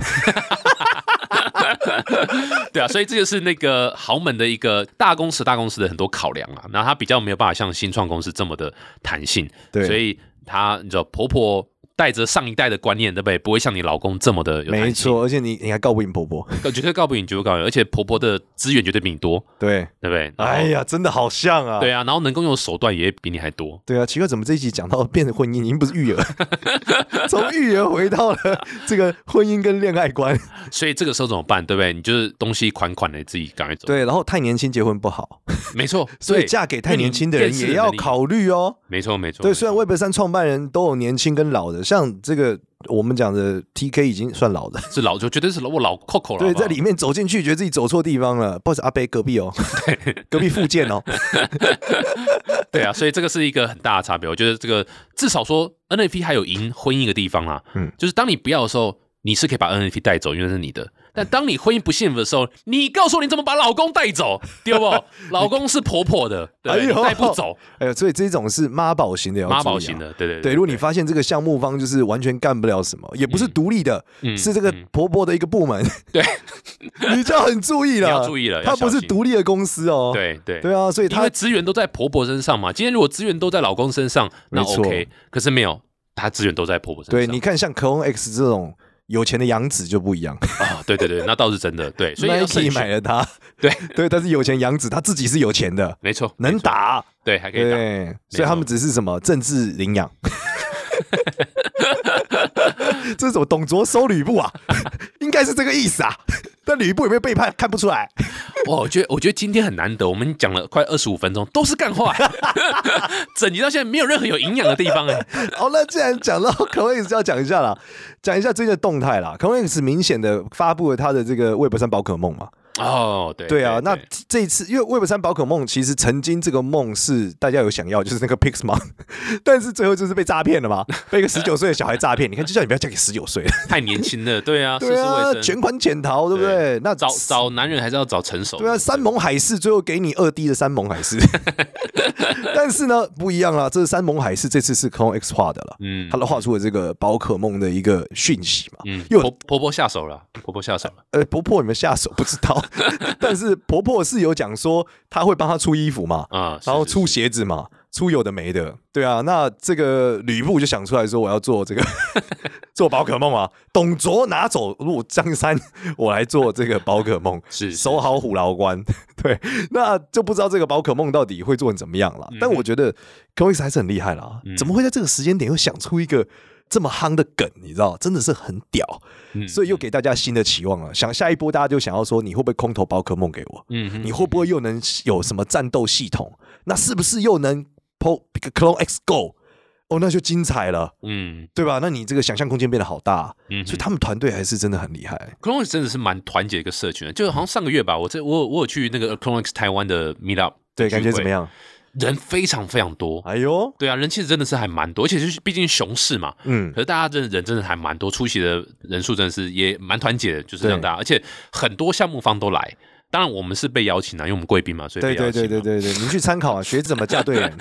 Speaker 2: 对啊，所以这就是那个豪门的一个大公司，大公司的很多考量啊。然后它比较没有办法像新创公司这么的弹性，
Speaker 3: 对
Speaker 2: 所以她你知道婆婆带着上一代的观念，对不对？不会像你老公这么的有
Speaker 3: 没
Speaker 2: 弹性，
Speaker 3: 错，而且你你还告不赢婆婆，
Speaker 2: 错，绝对告不赢，绝对告不赢，而且婆婆的资源绝对比你多，
Speaker 3: 对，
Speaker 2: 对不对？然后
Speaker 3: 哎，呀，真的好像啊，
Speaker 2: 哦对啊，然后能够用的手段也比你还多。
Speaker 3: 对啊，奇怪，怎么这一集讲到变成婚姻，已经不是育儿， 从育儿回到了这个婚姻跟恋爱观，
Speaker 2: 所以这个时候怎么办，对不对？你就是东西款款的自己赶快走，，
Speaker 3: 对，然后太年轻结婚不好，
Speaker 2: 没错，
Speaker 3: 所以
Speaker 2: 对
Speaker 3: 嫁给太年轻的人也要，考虑哦。
Speaker 2: 因为你辨识能力没错没错，
Speaker 3: 对，
Speaker 2: 没错
Speaker 3: 虽然 Web 三创办人都有年轻跟老的，像这个我们讲的 TK 已经算老的，
Speaker 2: 是老就绝对是老我老 Coco 了，
Speaker 3: 对，
Speaker 2: 好不好
Speaker 3: 在里面走进去，觉得自己走错地方了，不好意思，阿贝隔壁哦，隔壁附件哦，
Speaker 2: 对啊，所以这个是一个很大的差别。我觉得这个至少说 NFT 还有赢婚姻的地方啦，嗯
Speaker 3: 嗯，
Speaker 2: 就是当你不要的时候，你是可以把 NFT 带走，因为那是你的。但当你婚姻不幸福的时候，你告诉我你怎么把老公带走，对 不？老公是婆婆的，对不对，
Speaker 3: 哎呦
Speaker 2: 你带不走，
Speaker 3: 哎呦，所以这种是妈宝型 的、要
Speaker 2: 妈宝
Speaker 3: 注意啊
Speaker 2: 型。的，对对
Speaker 3: 对，如果你发现这个项目方就是完全干不了什么，也不是独立的，
Speaker 2: 嗯
Speaker 3: 是这个
Speaker 2: 嗯
Speaker 3: 婆婆的一个部门，
Speaker 2: 对，
Speaker 3: 你就要很注意了，
Speaker 2: 你要注意了
Speaker 3: 它
Speaker 2: 要小
Speaker 3: 不
Speaker 2: 心
Speaker 3: 是独立的公司哦。
Speaker 2: 对对
Speaker 3: 对啊，所以
Speaker 2: 因为
Speaker 3: 它
Speaker 2: 资源都在婆婆身上嘛。今天如果资源都在老公身上，那
Speaker 3: 没错
Speaker 2: OK，可是没有，她资源都在婆婆身上。
Speaker 3: 对你看像 c o n X 这种有钱的养子就不一样
Speaker 2: 啊，对对对，那倒是真的，对，所以要慎
Speaker 3: ，Nike
Speaker 2: 选
Speaker 3: 买 了它，
Speaker 2: 对
Speaker 3: 对，但是有钱养子他自己是有钱的，
Speaker 2: 没错，
Speaker 3: 能打，
Speaker 2: 对，还可以打。
Speaker 3: 对，所以他们只是什么政治领养。 这是什么？董卓收吕布啊， 应该是这个意思啊。 但吕布有没有背叛，看不出来。
Speaker 2: 哇，我觉得我觉得今天很难得，我们讲了快二十五分钟，都是干话， 整集到现在没有任何有营养的地方哎。
Speaker 3: 好，哦那既然讲到 CoinX，就要讲一下啦，讲一下最近的动态啦。CoinX 明显的发布了它的这个 Web 三宝可梦嘛，
Speaker 2: 哦，对
Speaker 3: 对啊。那这一次，因为 Web 三宝可梦其实曾经这个梦是大家有想要，就是那个 Pixmon，但 是最后就是被诈骗了嘛，被一个十九岁的小孩诈骗。你看，就叫你不要嫁给十九 岁，
Speaker 2: 太年轻了，对啊，
Speaker 3: 对啊
Speaker 2: 涉世，未深，
Speaker 3: 卷款潜逃，对不对？那
Speaker 2: 找找男人还是要找成熟的。
Speaker 3: 对啊，山盟海誓，最后给你二 D 的山盟海誓。 但是呢，不一样啦，这山盟海誓这次是 c o X 画的了，
Speaker 2: 嗯
Speaker 3: 他画出了这个宝可梦的一个讯息嘛。
Speaker 2: 嗯，
Speaker 3: 又
Speaker 2: 婆婆婆下手了，婆婆下手了，
Speaker 3: 呃，婆婆你们下手不知 道，但是婆婆是有讲说她会帮她出衣服嘛，
Speaker 2: 啊，是
Speaker 3: 然后
Speaker 2: 是
Speaker 3: 出
Speaker 2: 是
Speaker 3: 鞋子嘛，出有的没的，对啊。那这个吕布就想出来说，我要 做这个做宝可梦啊，董卓拿走入江山，我来做这个宝可梦，
Speaker 2: 是是
Speaker 3: 守好虎牢关。 对，那就不知道这个宝可梦到底会做成怎么样了。但我觉得 Comics 还是很厉害啦，
Speaker 2: 嗯
Speaker 3: 怎么会在这个时间点又想出一个？这么夯的梗，你知道，真的是很屌，
Speaker 2: 嗯
Speaker 3: 所以又给大家新的期望了。想下一波，大家就想要说，你会不会空投宝可梦给我？
Speaker 2: 嗯哼
Speaker 3: 你会不会又能有什么战斗系统？那是不是又能 PO Clone X Go？哦，那就精彩了，
Speaker 2: 嗯
Speaker 3: 对吧？那你这个想象空间变得好大，
Speaker 2: 嗯
Speaker 3: 所以
Speaker 2: 哼。
Speaker 3: 他们团队还是真的很厉害。
Speaker 2: Clone 真的是蛮团结一个社群的，就好像上个月吧，我这我有我有去那个 Clone X 台湾的 Meet Up，
Speaker 3: 对，感觉怎么
Speaker 2: 样？
Speaker 3: 样？
Speaker 2: 人非常非常多，
Speaker 3: 哎呦，
Speaker 2: 对啊，人气真的是还蛮多，而且就是毕竟熊市嘛，
Speaker 3: 嗯
Speaker 2: 可，是大家真的人真的还蛮多，出席的人数真的是也蛮团结的，就是
Speaker 3: 对
Speaker 2: 让大家，而且很多项目方都来。当然我们是被邀请的、因为我们贵宾嘛，所以
Speaker 3: 对
Speaker 2: 被邀
Speaker 3: 对
Speaker 2: 请嘛。
Speaker 3: 对对对对，您去参考啊，学怎么嫁 对人，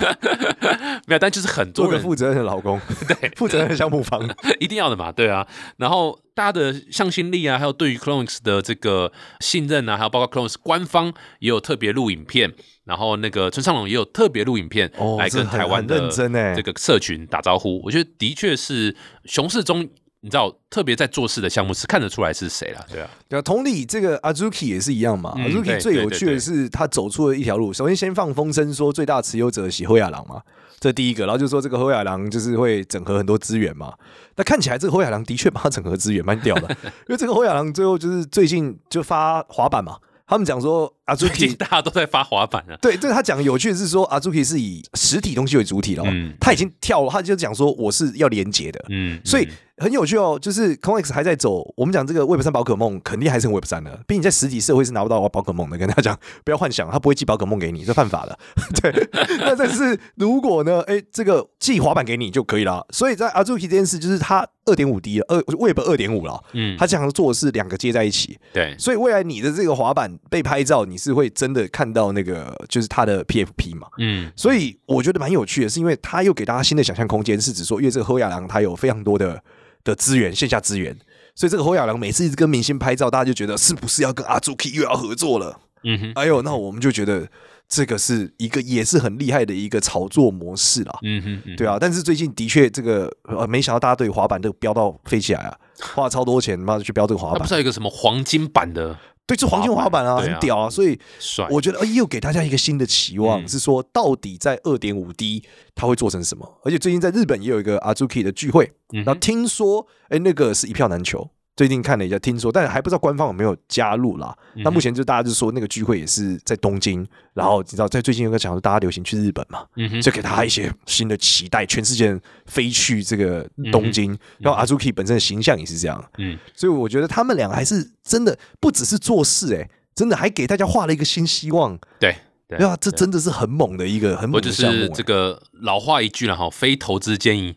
Speaker 2: 没有，但就是很
Speaker 3: 做
Speaker 2: 多
Speaker 3: 个
Speaker 2: 人
Speaker 3: 负责任的老公，对，负责任的项目方，
Speaker 2: 一定要的嘛，对啊。然后大家的向心力啊，还有对于 Clones 的这个信任啊，还有包括 Clones 官方也有特别录影片，然后那个村上龙也有特别录影片、
Speaker 3: 哦
Speaker 2: 来
Speaker 3: 这
Speaker 2: 跟
Speaker 3: 很
Speaker 2: 台湾
Speaker 3: 很
Speaker 2: 的
Speaker 3: 认真欸
Speaker 2: 这个社群打招呼。我觉得的确是熊市中你知道特别在做事的项目是看得出来是谁啦，对啊，
Speaker 3: 对啊，同理，这个 Azuki 也是一样嘛。
Speaker 2: 嗯
Speaker 3: Azuki
Speaker 2: 对
Speaker 3: 最有
Speaker 2: 对对
Speaker 3: 趣的
Speaker 2: 对
Speaker 3: 是，他走出了一条路。首先，先放风声说最大持有者喜后亚郎嘛，这第一个。然后就说这个后亚郎就是会整合很多资源嘛。那看起来这个后亚郎的确帮他整合资源，蛮屌的。 因为这个后亚郎最后就是最近就发滑板嘛，他们讲说
Speaker 2: 最近
Speaker 3: Azuki
Speaker 2: 大家都在发滑板啊，
Speaker 3: 对，对他讲有趣的是说，Azuki 是以实体东西为主体了，哦
Speaker 2: 嗯
Speaker 3: 他已经跳了，他就讲说我是要连接的，
Speaker 2: 嗯，
Speaker 3: 所以
Speaker 2: 嗯
Speaker 3: 很有趣哦，就是 ConX 还在走，我们讲这个 Web 三宝可梦肯定还是很 Web 三的，毕竟在实体社会是拿不到宝可梦的。跟大家讲，不要幻想，他不会寄宝可梦给你，这犯法的。 对，那但是如果呢，哎、这个寄滑板给你就可以了。所以在 Azuki 这件事，就是他二点五 D 了，二 Web 二点五了，
Speaker 2: 嗯，
Speaker 3: 他想做的是两个接在一起，
Speaker 2: 对，
Speaker 3: 所以未来你的这个滑板被拍照，你是会真的看到那个就是它的 PFP 嘛？
Speaker 2: 嗯，
Speaker 3: 所以我觉得蛮有趣的，是因为它又给大家新的想象空间，是指说，因为这个侯亚郎他有非常多的的资源，线下资源，所以这个侯亚郎每次一直跟明星拍照，大家就觉得是不是要跟阿朱 k 又要合作了？
Speaker 2: 嗯哼，
Speaker 3: 哎呦，那我们就觉得这个是一个也是很厉害的一个炒作模式啦。
Speaker 2: 嗯哼，嗯
Speaker 3: 对啊，但是最近的确这个呃，没想到大家对滑板这个飙到飞起来啊，花了超多钱妈的去飙这个滑
Speaker 2: 他不
Speaker 3: 板
Speaker 2: 是，还有一个什么黄金版的
Speaker 3: 啊对，这黄金滑板啊，
Speaker 2: 对啊
Speaker 3: 很屌啊，所以
Speaker 2: 帅？
Speaker 3: 我觉得，哎，又给大家一个新的期望，
Speaker 2: 嗯
Speaker 3: 是说到底在二点五 D 它会做成什么？而且最近在日本也有一个 Azuki 的聚会，
Speaker 2: 嗯哼
Speaker 3: 然后听说，哎，那个是一票难求。最近看了一下，听说，但还不知道官方有没有加入啦。
Speaker 2: 嗯
Speaker 3: 那、目前就大家就说那个聚会也是在东京，然后你知道，在最近有个讲说大家流行去日本嘛，
Speaker 2: 嗯哼，
Speaker 3: 就给大家一些新的期待，全世界人飞去这个东京，然后 Azuki 本身的形象也是这样，
Speaker 2: 嗯，
Speaker 3: 所以我觉得他们两个还是真的不只是做事、哎，真的还给大家画了一个新希望。
Speaker 2: 对对
Speaker 3: 对啊，这真的是很猛的一个很
Speaker 2: 不过
Speaker 3: 猛
Speaker 2: 就
Speaker 3: 的项目、
Speaker 2: 是
Speaker 3: 哎
Speaker 2: 这个老话一句了哈，非投资建议。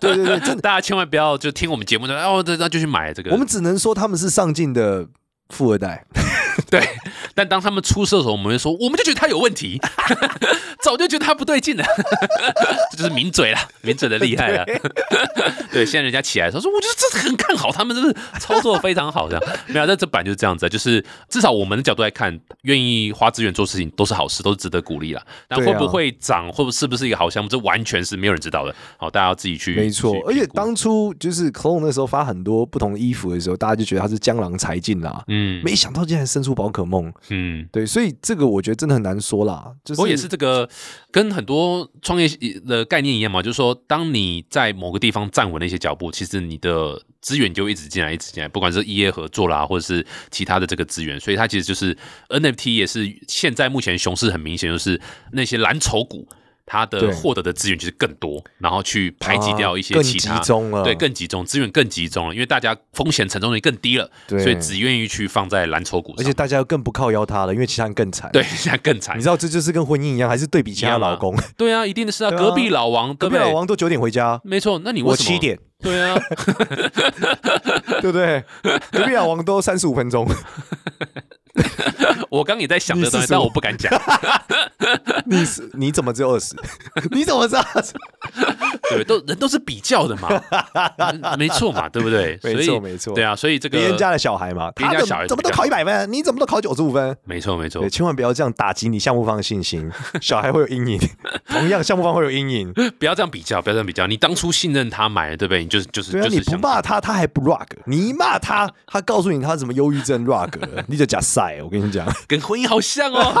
Speaker 3: 对对 对，真的，
Speaker 2: 大家千万不要就听我们节目的哦，那那就去买这个。
Speaker 3: 我们只能说他们是上进的富二代。
Speaker 2: 对，但当他们出事的时候，我们会说，我们就觉得他有问题， 早就觉得他不对劲了， 这就是抿嘴了，抿嘴的厉害了。 对，现在人家起来的时候说，我觉得这很看好他们，就是操作非常好的。 没有，但这版就是这样子啊，就是至少我们的角度来看，愿意花资源做事情都是好事，都是值得鼓励啦。但
Speaker 3: 对啊
Speaker 2: 会不会涨，会不是不是一个好项目，这完全是没有人知道的。好，大家要自己去。
Speaker 3: 没错
Speaker 2: 去，
Speaker 3: 而且
Speaker 2: 评估
Speaker 3: 当初就是 Clone 那时候发很多不同的衣服的时候，大家就觉得他是江郎才尽啦。
Speaker 2: 嗯
Speaker 3: 没想到竟然生出宝可梦，
Speaker 2: 嗯。
Speaker 3: 对，所以这个我觉得真的很难说啦。就是
Speaker 2: 不过也是这个跟很多创业的概念一样嘛，就是说，当你在某个地方站稳了一些脚步，其实你的资源就一直进来，一直进来，不管是 EA 合作啦，或者是其他的这个资源，所以它其实就是 NFT 也是现在目前熊市很明显，就是那些蓝筹股。它
Speaker 3: 对
Speaker 2: 的获得的资源就是更多，然后去排挤掉一些
Speaker 3: 啊更
Speaker 2: 其他，
Speaker 3: 集中了
Speaker 2: 对，更集中，资源更集中了，因为大家风险承受能力更低了，
Speaker 3: 对
Speaker 2: 所以只愿意去放在蓝筹股
Speaker 3: 而
Speaker 2: 上，
Speaker 3: 且大家更不靠腰他了，因为其他人更惨。
Speaker 2: 对，现在更惨
Speaker 3: 你知。道这就是跟婚姻一样，还是对比其他
Speaker 2: 一样啊
Speaker 3: 老公，
Speaker 2: 对啊，一定是啊，
Speaker 3: 对啊
Speaker 2: 隔壁老王，
Speaker 3: 隔
Speaker 2: 对
Speaker 3: 壁
Speaker 2: 不对
Speaker 3: 老王都九点回家，
Speaker 2: 没错，那你为
Speaker 3: 我
Speaker 2: 什么
Speaker 3: 七？点，
Speaker 2: 对 啊，
Speaker 3: 对不对？隔壁老王都三十五分钟，
Speaker 2: 我刚也在想这东西，
Speaker 3: 你45
Speaker 2: 但我不敢讲。
Speaker 3: 你是你怎么只有 二十？你怎么知道？
Speaker 2: 对，都人都是比较 的嘛，嗯没错嘛，对不对？
Speaker 3: 没
Speaker 2: 所以
Speaker 3: 错没错
Speaker 2: 对啊，所以这个
Speaker 3: 别人家的小孩嘛，
Speaker 2: 别人家
Speaker 3: 他怎
Speaker 2: 小
Speaker 3: 么
Speaker 2: 孩
Speaker 3: 怎么都
Speaker 2: 比较
Speaker 3: 考一百分，你怎么都考九十五分？
Speaker 2: 没错没错
Speaker 3: 对，，千万不要这样打击你项目方的 信心，小孩会有阴影，同样项目方会有阴影。
Speaker 2: 不要这样比较，不要这样比较。你当初信任他买的，对不对？你就是就是
Speaker 3: 对啊，
Speaker 2: 就
Speaker 3: 你
Speaker 2: 是
Speaker 3: 不
Speaker 2: 想
Speaker 3: 骂他，他还不 rug，你一骂他，他告诉你他什么忧郁症 rug，了你就假晒。我跟你讲，
Speaker 2: 跟婚姻好像哦，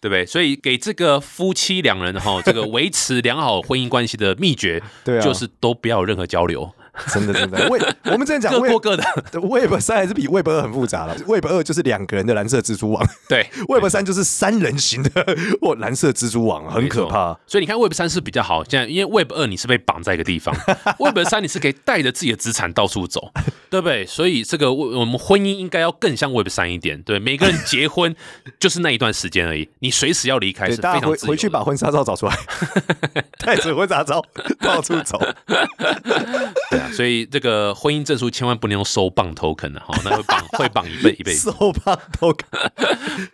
Speaker 2: 对不对？所以给这个夫妻两人哈，这个维持良好婚姻关系的秘诀，
Speaker 3: 对啊
Speaker 2: 就是都不要有任何交流，
Speaker 3: 真的真的，为我们之前讲
Speaker 2: 各
Speaker 3: Web
Speaker 2: 过各的。
Speaker 3: Web 三还是比 Web 二很复杂了。Web 二就是两个人的蓝色蜘蛛网
Speaker 2: 对，
Speaker 3: ，Web 三就是三人型的 或蓝色蜘蛛网，很
Speaker 2: 没错
Speaker 3: 可怕。。
Speaker 2: 所以你看 Web 三是比较好，现在因为 Web 二你是被绑在一个地 方，Web 三你是可以带着自己的资产到处走，对不对？所以这个我我们婚姻应该要更像 Web 三一点，对，每个人结婚就是那一段时间而已，你随时要离开
Speaker 3: 对，
Speaker 2: 是非常
Speaker 3: 大
Speaker 2: 自
Speaker 3: 家
Speaker 2: 由
Speaker 3: 回
Speaker 2: 的
Speaker 3: 回去把婚纱照找 出来，带着婚纱照到处走。
Speaker 2: 对啊，所以这个婚姻证书千万不能用收棒 token 的、啊、 哈，那会绑会绑一辈一辈子。
Speaker 3: 收棒 token，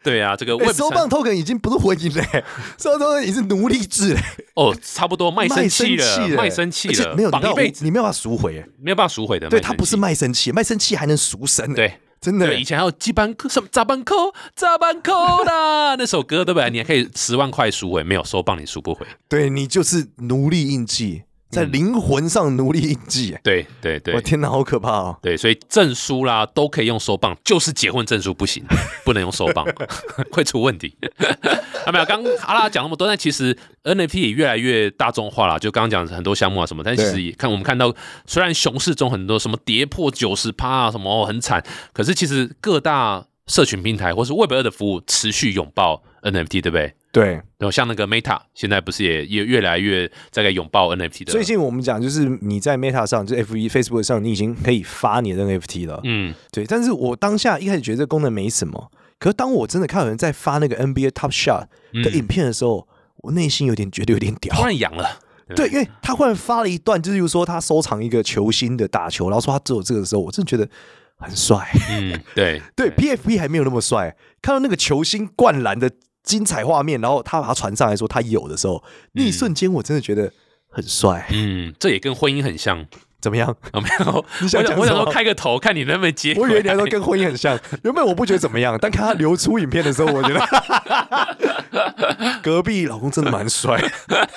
Speaker 2: 对啊，这个
Speaker 3: 欸
Speaker 2: Web
Speaker 3: 收
Speaker 2: 三
Speaker 3: 棒 token 已经不是婚姻嘞、 收棒 token 已经是奴隶制嘞、
Speaker 2: 哦，差不多卖身契了，
Speaker 3: 卖
Speaker 2: 卖
Speaker 3: 身
Speaker 2: 身
Speaker 3: 契
Speaker 2: 契
Speaker 3: 了而
Speaker 2: 了，
Speaker 3: 且没有你
Speaker 2: 绑
Speaker 3: 知道
Speaker 2: 一辈
Speaker 3: 我
Speaker 2: 子
Speaker 3: 你没有办法赎回、欸，
Speaker 2: 没有办法赎回的。
Speaker 3: 对
Speaker 2: 卖
Speaker 3: 他
Speaker 2: 身
Speaker 3: 不是
Speaker 2: 契
Speaker 3: 卖身契，卖身契还能赎身、欸，
Speaker 2: 对，
Speaker 3: 真的、
Speaker 2: 对，以前还有基班克什么扎班扣扎班扣啦那首歌，哎对不对？你还可以十万块赎回，没有收帮你赎不回。
Speaker 3: 对你就是奴隶印记。在灵魂上奴隶印记。
Speaker 2: 对对嗯对
Speaker 3: 我，天哪，好可怕哦！
Speaker 2: 对，所以证书啦都可以用手棒，就是结婚证书不行，不能用手棒， 会出问题。 啊，没有，刚刚阿拉讲那么多，但其实 NFT 也越来越大众化了。就刚刚讲很多项目啊什么，但其实
Speaker 3: 对
Speaker 2: 也看我们看到，虽然熊市中很多什么跌破九十趴啊什么、哦很惨，可是其实各大社群平台或是 Web 二的服务持续拥抱 NFT，对不对？
Speaker 3: 对，
Speaker 2: 然后像那个 Meta 现在不是也也越来越在给拥抱 NFT 的？
Speaker 3: 最近我们讲就是你在 Meta 上，就是 F 一 Facebook 上，你已经可以发你的 NFT 了。
Speaker 2: 嗯，
Speaker 3: 对，但是我当下一开始觉得这功能没什么，可是当我真的看有人在发那个 NBA Top Shot 的影片的时候，我内心有点觉得有点屌
Speaker 2: 嗯突。然痒了。
Speaker 3: 对，因为他忽然发了一段，就是如说他收藏一个球星的打球，然后说他只有这个的时候，我真的觉得很帅。
Speaker 2: 嗯，对
Speaker 3: 对 PFP 还没有那么帅，看到那个球星灌篮的精彩画面，然后他把它传上来说他有的时候，那一瞬间我真的觉得很帅。
Speaker 2: 嗯，这也跟婚姻很像。
Speaker 3: 怎么样？
Speaker 2: 啊，没有，
Speaker 3: 你想
Speaker 2: 我
Speaker 3: 讲
Speaker 2: 我想
Speaker 3: 什么
Speaker 2: 说开个头，看你能不能接。
Speaker 3: 我以为你还说跟婚姻很像，原本我不觉得怎么样，但看他流出影片的时候，我 觉得隔壁老公真的 蛮帅。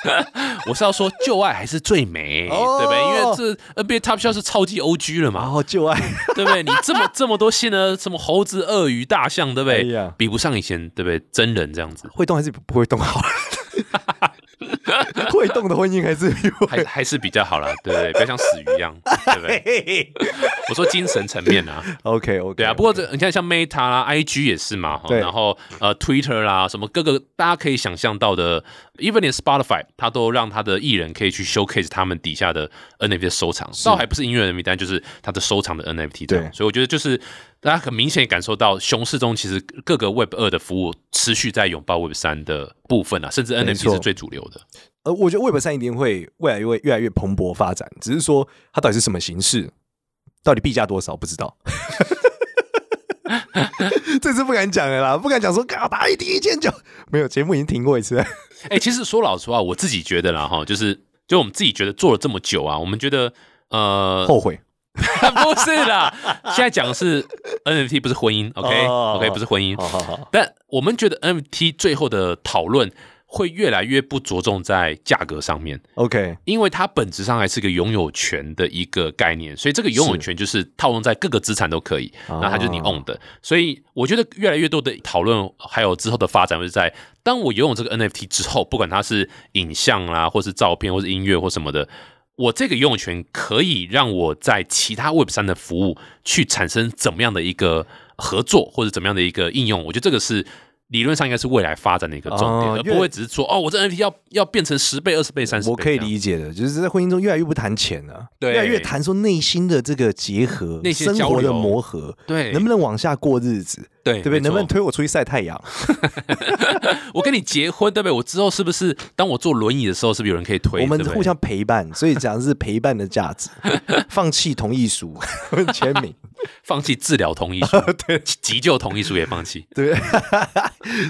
Speaker 2: 我是要说旧爱还是最美，
Speaker 3: 哦
Speaker 2: 对不对？因为这 NBA Top Shot 是超级 OG 了
Speaker 3: 然
Speaker 2: 嘛，
Speaker 3: 后就爱
Speaker 2: 对不对？你这么 这么多新的什么猴子、鳄鱼、大象，对不
Speaker 3: 哎
Speaker 2: 对？
Speaker 3: 呀
Speaker 2: 比不上以前，对不对？真人这样子，
Speaker 3: 会动还是不会动 好？会动的婚姻还是比我
Speaker 2: 还还是比较好啦，对不对？不要像死鱼一样，对不
Speaker 3: 哎
Speaker 2: 对？我说精神层面啊，
Speaker 3: OK OK，
Speaker 2: 对啊，不过这你看像 Meta 啦、IG 也是嘛，哈
Speaker 3: 对
Speaker 2: 然后呃 Twitter 啦，什么各个大家可以想象到的，even 连 Spotify 它都让它的艺人可以去 showcase 他们底下的 NFT 的收藏，倒还不是音乐 NFT，但就是它的收藏的 NFT 这样
Speaker 3: 对
Speaker 2: 所以我觉得就是大家很明显感受到熊市中其实各个 Web 二的服务持续在拥抱 Web 三的部分啊，甚至
Speaker 3: 没
Speaker 2: NFT
Speaker 3: 错
Speaker 2: 是最主流的。
Speaker 3: 呃，我觉得 Web 三一定会未来会越来越蓬勃发展，只是说它到底是什么形式，到底币价多少不 知道。这次不敢讲了啦，不敢讲说嘎打一第一千九，没有节目已经停过一次了。
Speaker 2: 哎、其实说老实话，我自己觉得啦，哈，就是就我们自己觉得做了这么久啊，我们觉得呃
Speaker 3: 后悔。
Speaker 2: 不是啦，现在讲的是 NFT，不是婚姻，OK
Speaker 3: 哦
Speaker 2: OK，不是婚姻。
Speaker 3: 好好好，
Speaker 2: 但我们觉得 NFT 最后的讨论会越来越不着重在价格上面，
Speaker 3: ，OK，
Speaker 2: 因为它本质上还是个拥有权的一个概念，所以这个拥有权就是套用在各个资产都可以，
Speaker 3: 哦
Speaker 2: 然后它就是你 own 的。所以我觉得越来越多的讨论，还有之后的发展，会在当我拥有这个 NFT 之后，不管它是影像啦，或是照片，或是音乐或什么的，我这个拥有权可以让我在其他 Web 三的服务去产生怎么样的一个合作，或者怎么样的一个应用？我觉得这个是。理论上应该是未来发展的一个重点，
Speaker 3: 哦
Speaker 2: 而
Speaker 3: 因为
Speaker 2: 不会只是说哦，我这 NFT 要要变成十倍、二十倍、三十倍。
Speaker 3: 我可以
Speaker 2: 这样
Speaker 3: 理解的，就是在婚姻中越来越不谈钱了，
Speaker 2: 对
Speaker 3: 越来越谈说内心的这个结合、
Speaker 2: 内心
Speaker 3: 生
Speaker 2: 交流
Speaker 3: 活的磨合，
Speaker 2: 对
Speaker 3: 能不能往下过日子，
Speaker 2: 对
Speaker 3: 对不对？能不
Speaker 2: 没
Speaker 3: 能
Speaker 2: 错
Speaker 3: 推我出去晒太阳？
Speaker 2: 我跟你结婚，对不对？我之后是不是当我坐轮椅的时候，是不是有人可以推？
Speaker 3: 我们
Speaker 2: 对不对
Speaker 3: 互相陪伴，所以讲的是陪伴的 价值。放弃同意书 签名，
Speaker 2: 放弃治疗同意 书，对，急救同意书也放弃。
Speaker 3: 对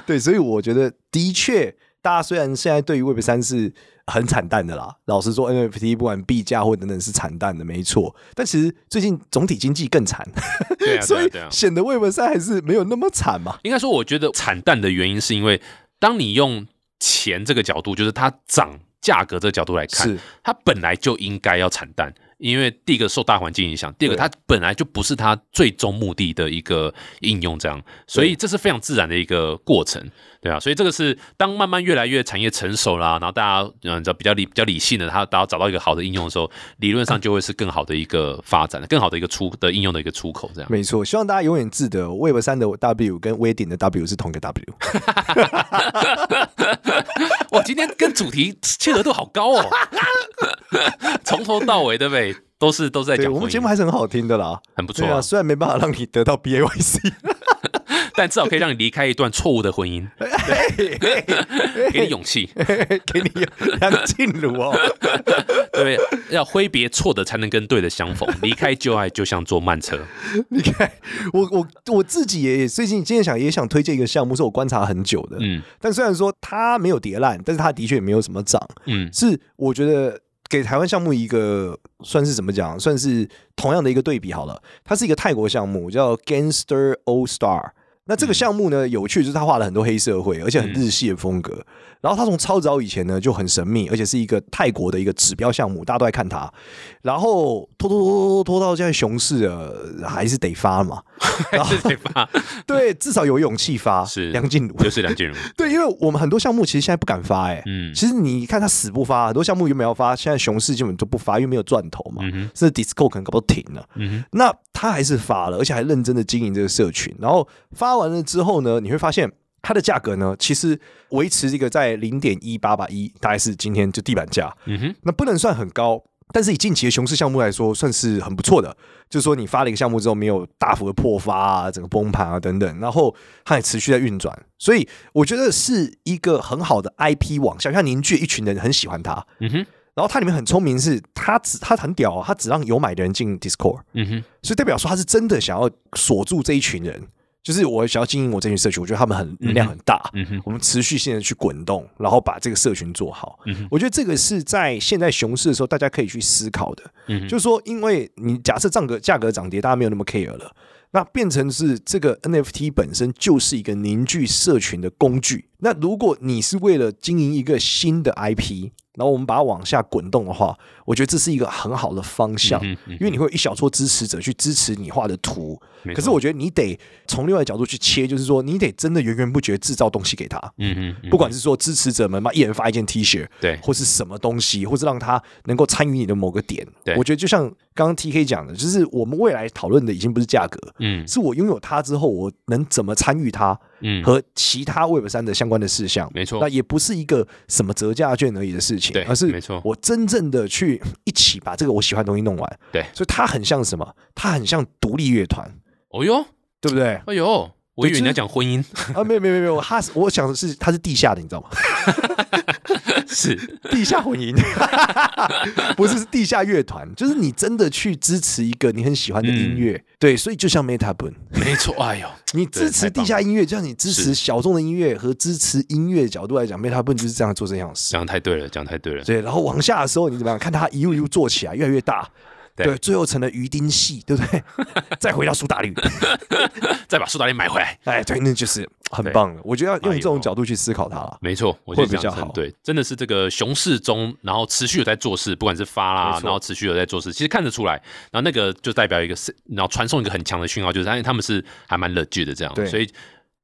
Speaker 3: 对， 所以我觉得的确，大家虽然现在对于 Web 三是很惨淡的啦，老实说，NFT 不管币价或等等是惨淡的，没错。但其实最近总体经济更惨，
Speaker 2: 对啊，
Speaker 3: 所
Speaker 2: 对啊，
Speaker 3: 以
Speaker 2: 对啊。
Speaker 3: 显得 Web 三还是没有那么惨嘛。
Speaker 2: 应该说，我觉得惨淡的原因是因为，当你用钱这个角度，就是它涨价格这个角度来看，
Speaker 3: 是
Speaker 2: 它本来就应该要惨淡。因为第一个受大环境影响，第二个
Speaker 3: 对
Speaker 2: 它本来就不是它最终目的的一个应用，这样，所以这是非常自然的一个过程，对啊，所以这个是当慢慢越来越产业成熟啦，然后大家嗯，你知道比较理比较理性的，它大家找到一个好的应用的时候，理论上就会是更好的一个发展，更好的一个出的应用的一个出口，这样。
Speaker 3: 没错，希望大家永远记得 Web 三的 W 跟 Wedding 的 W 是同一个 W。
Speaker 2: 哇，今天跟主题契合度好高哦，从头到尾，对不 对？都是都是在
Speaker 3: 对，
Speaker 2: 讲
Speaker 3: 我们
Speaker 2: 婚姻
Speaker 3: 节目还是很好听的啦。
Speaker 2: 很不错
Speaker 3: 对啊，
Speaker 2: 啊，
Speaker 3: 虽然没办法让你得到 BAYC，
Speaker 2: 但至少可以让你离开一段错误的婚 姻，
Speaker 3: 哎
Speaker 2: 给你勇气，
Speaker 3: 给你梁静茹哦。
Speaker 2: 对不对？要挥别错的，才能跟对的相逢。离开旧爱，就像坐慢 车。
Speaker 3: 你看，我我我自己也最近今天想也想推荐一个项目，是我观察很久的。
Speaker 2: 嗯
Speaker 3: 但虽然说它没有跌烂，但是它的确也没有什么涨。
Speaker 2: 嗯，
Speaker 3: 是我觉得给台湾项目一个算是怎么讲，算是同样的一个对比好了。它是一个泰国项目，叫 Gangster All Star。那这个项目呢，有趣就是他画了很多黑社会，而且很日系的风格。然后他从超早以前呢就很神秘，而且是一个泰国的一个指标项目，大家都在看他。然后拖拖拖拖拖拖到现在熊市了，还是得发嘛？
Speaker 2: 还是得发，
Speaker 3: 对，至少有勇气发。
Speaker 2: 是
Speaker 3: 梁静茹，
Speaker 2: 就是梁静茹，
Speaker 3: 对，因为我们很多项目其实现在不敢发、哎、
Speaker 2: 嗯
Speaker 3: 其实你看他死不发，很多项目原本要发，现在熊市基本就不发，因为没有赚头嘛。
Speaker 2: 嗯哼，
Speaker 3: 甚至 Disco 可能搞不好停了，
Speaker 2: 嗯
Speaker 3: 那他还是发了，而且还认真的经营这个社群。然后发完了之后呢，你会发现它的价格呢，其实维持这个在零点一八八一，大概是今天就地板价，
Speaker 2: 哼，嗯哼，
Speaker 3: 那不能算很高。但是以近期的熊市项目来说，算是很不错的。就是说，你发了一个项目之后，没有大幅的破发啊，整个崩盘啊等等，然后它也持续在运转，所以我觉得是一个很好的 IP 网项，像凝聚一群人很喜欢它。
Speaker 2: 嗯哼，
Speaker 3: 然后它里面很聪明是，它只它很屌、啊，它只让有买的人进 Discord，
Speaker 2: 嗯哼，
Speaker 3: 所以代表说他是真的想要锁住这一群人，就是我想要经营我这群社群，我觉得他们很能量很大，
Speaker 2: 嗯哼，
Speaker 3: 我们持续性的去滚动，然后把这个社群做好。
Speaker 2: 嗯哼
Speaker 3: 我觉得这个是在现在熊市的时候，大家可以去思考的。
Speaker 2: 嗯哼
Speaker 3: 就是说，因为你假设价格价格涨跌，大家没有那么 care 了，那变成是这个 NFT 本身就是一个凝聚社群的工具。那如果你是为了经营一个新的 IP，然后我们把它往下滚动的话，我觉得这是一个很好的方向，
Speaker 2: 嗯哼嗯哼
Speaker 3: 因为你会有一小撮支持者去支持你画的图。
Speaker 2: 没
Speaker 3: 可是
Speaker 2: 错
Speaker 3: 我觉得你得从另外一个角度去切，就是说你得真的源源不绝制造东西给他。
Speaker 2: 嗯哼，嗯
Speaker 3: 不管是说支持者们 E 嘛，一人发一件 T 恤，
Speaker 2: 对
Speaker 3: 或是什么东西，或是让他能够参与你的某个点。
Speaker 2: 对
Speaker 3: 我觉得就像刚刚 T K 讲的，就是我们未来讨论的已经不是价格，
Speaker 2: 嗯
Speaker 3: 是我拥有它之后，我能怎么参与它
Speaker 2: 嗯，
Speaker 3: 和其他 Web 三的相关的事项。
Speaker 2: 没错
Speaker 3: 那，也不是一个什么折价券而已的事情
Speaker 2: 对，
Speaker 3: 而是
Speaker 2: 没错
Speaker 3: 我真正的去一起把这个我喜欢的东西弄完。
Speaker 2: 对
Speaker 3: 所以它很像什么？它很像独立乐团，
Speaker 2: 哦哟，
Speaker 3: 对 不对？
Speaker 2: 哎呦，我以为
Speaker 3: 对
Speaker 2: 你
Speaker 3: 就
Speaker 2: 要
Speaker 3: 是
Speaker 2: 讲婚 姻，
Speaker 3: 啊，没有没有没有没有，它是我想的是它是地下的，你知道吗？
Speaker 2: 是，
Speaker 3: 地下混音， 不是是地下乐团，就是你真的去支持一个你很喜欢的音
Speaker 2: 嗯
Speaker 3: 乐，对，所以就像 Meta b o n
Speaker 2: 没错，哎呦，
Speaker 3: 你支持地下音乐，就像你支持
Speaker 2: 是
Speaker 3: 小众的音乐和支持音乐角度来讲，Meta b o n 就是这样做这样的事。
Speaker 2: 讲得太对了，讲得太对了，
Speaker 3: 对，然后往下的时候，你怎么样看它一路一路做起来，越来越大，
Speaker 2: 对
Speaker 3: 对，最后成了鱼丁系，对不对？再回到苏打绿，
Speaker 2: 再把苏打绿买回来，
Speaker 3: 哎，对，那就是很
Speaker 2: 对
Speaker 3: 棒的。我觉得要用这
Speaker 2: 哎
Speaker 3: 种
Speaker 2: 呦
Speaker 3: 角度去思考它了。
Speaker 2: 没错，我觉得
Speaker 3: 会比
Speaker 2: 这样
Speaker 3: 较
Speaker 2: 子很
Speaker 3: 好
Speaker 2: 对，真的是这个熊市中，然后持续有在做事，不管是发啦
Speaker 3: 没，错
Speaker 2: 然后持续有在做事，其实看得出来，然后那个就代表一个是，然后传送一个很强的讯号，就是哎他他们是还蛮 legit 的这样
Speaker 3: 对，
Speaker 2: 所以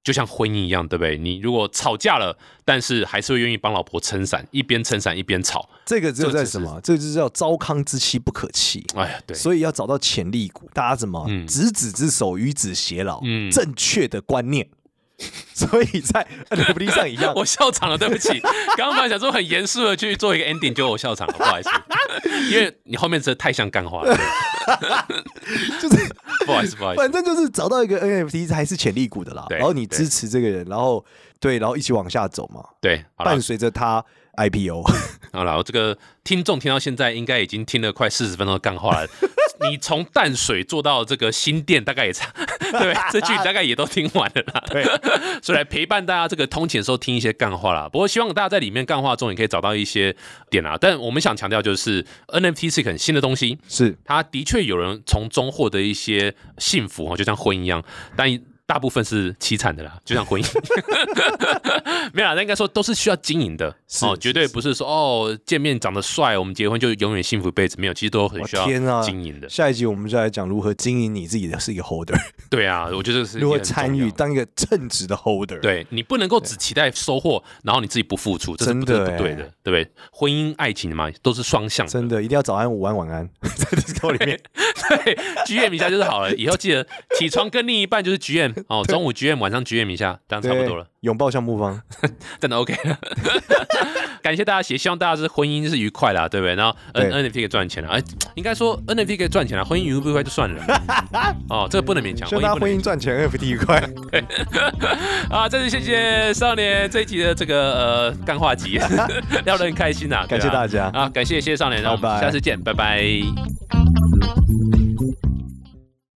Speaker 2: 就像婚姻一样，对不对？你如果吵架了，但是还是会愿意帮老婆撑伞，一边撑伞一边吵，
Speaker 3: 这个只有
Speaker 2: 这
Speaker 3: 在
Speaker 2: 只
Speaker 3: 什
Speaker 2: 是
Speaker 3: 么？这就是叫糟糠之妻不可弃。
Speaker 2: 哎呀，对，
Speaker 3: 所以要找到潜力股，大家怎么
Speaker 2: 嗯
Speaker 3: 执子之手，与子偕老，
Speaker 2: 嗯
Speaker 3: 正确的观念。 所以在 NFT 上一样，
Speaker 2: 我笑场了，对不起， 刚刚本来想说很严肃的去做一个 ending，就我笑场了，不好意思， 因为你后面真的太像干话了，
Speaker 3: 就是
Speaker 2: 不好意思，不 好意思，
Speaker 3: 反正就是找到一个 NFT 还是潜力股的啦。
Speaker 2: 对
Speaker 3: 然后你
Speaker 2: 对
Speaker 3: 支持这个人，然后对，然后一起往下走嘛，
Speaker 2: 对，好了
Speaker 3: 伴，随着他 IPO。
Speaker 2: 好了，我这个听众听到现在应该已经听了快四十分钟的干话了。你从淡水坐到这个新店，大概也差 对不对，这句大概也都听完了啦。
Speaker 3: 对，
Speaker 2: 所以来陪伴大家这个通勤的时候听一些干话啦。不过希望大家在里面干话中也可以找到一些点啊。但我们想强调就是 NFT 是一个很新的东西，
Speaker 3: 是
Speaker 2: 他的确有人从中获得一些幸福哦，就像婚姻一样，但大部分是凄惨的啦，就像婚姻， 没有啦，那应该说都是需要经营的
Speaker 3: 是
Speaker 2: 哦，
Speaker 3: 是
Speaker 2: 绝对不是说哦见面长得帅，我们结婚就永远幸福一辈子，没有，其实都很
Speaker 3: 我
Speaker 2: 需要
Speaker 3: 天啊
Speaker 2: 经营的。
Speaker 3: 下一集我们就来讲如何经营你自己的是一个 holder，
Speaker 2: 对啊，我觉得这是一件
Speaker 3: 如何
Speaker 2: 很重要
Speaker 3: 参与
Speaker 2: 的。
Speaker 3: 当一个称职的 holder。，
Speaker 2: 对你不能够只期待收获，然后你自己不付出，这是
Speaker 3: 真
Speaker 2: 不
Speaker 3: 的
Speaker 2: 这是不对
Speaker 3: 欸
Speaker 2: 的，对不对？婚姻、爱情嘛，都是双向的。
Speaker 3: 真的一定要早安、午安、晚安，在 Discord 里面。
Speaker 2: 对，GM 一下就是好了。以后记得起床跟另一半就是 GM 哦，中午 GM，晚上 GM 一下，这样差不多了
Speaker 3: 对，，拥抱项目方。
Speaker 2: 真的 OK 了。感谢大家写，希望大家是婚姻是愉快啦，对不对？然后 N
Speaker 3: 对
Speaker 2: NFT 可以赚钱了，哎，应该说 NFT 可以赚钱啊了，婚姻愉不愉快就算 了啦。哦，这个不能勉强，
Speaker 3: 希望
Speaker 2: 婚
Speaker 3: 大
Speaker 2: 姻
Speaker 3: 家
Speaker 2: 不
Speaker 3: 婚
Speaker 2: 能
Speaker 3: 姻赚钱，NFT 愉快。
Speaker 2: 啊！再次谢谢少年这一集的这个呃干话 集， 聊得很开心呐、对啊，
Speaker 3: 感谢大家
Speaker 2: 啊，感谢谢谢少年，那我们
Speaker 3: 拜拜
Speaker 2: 下次见，拜拜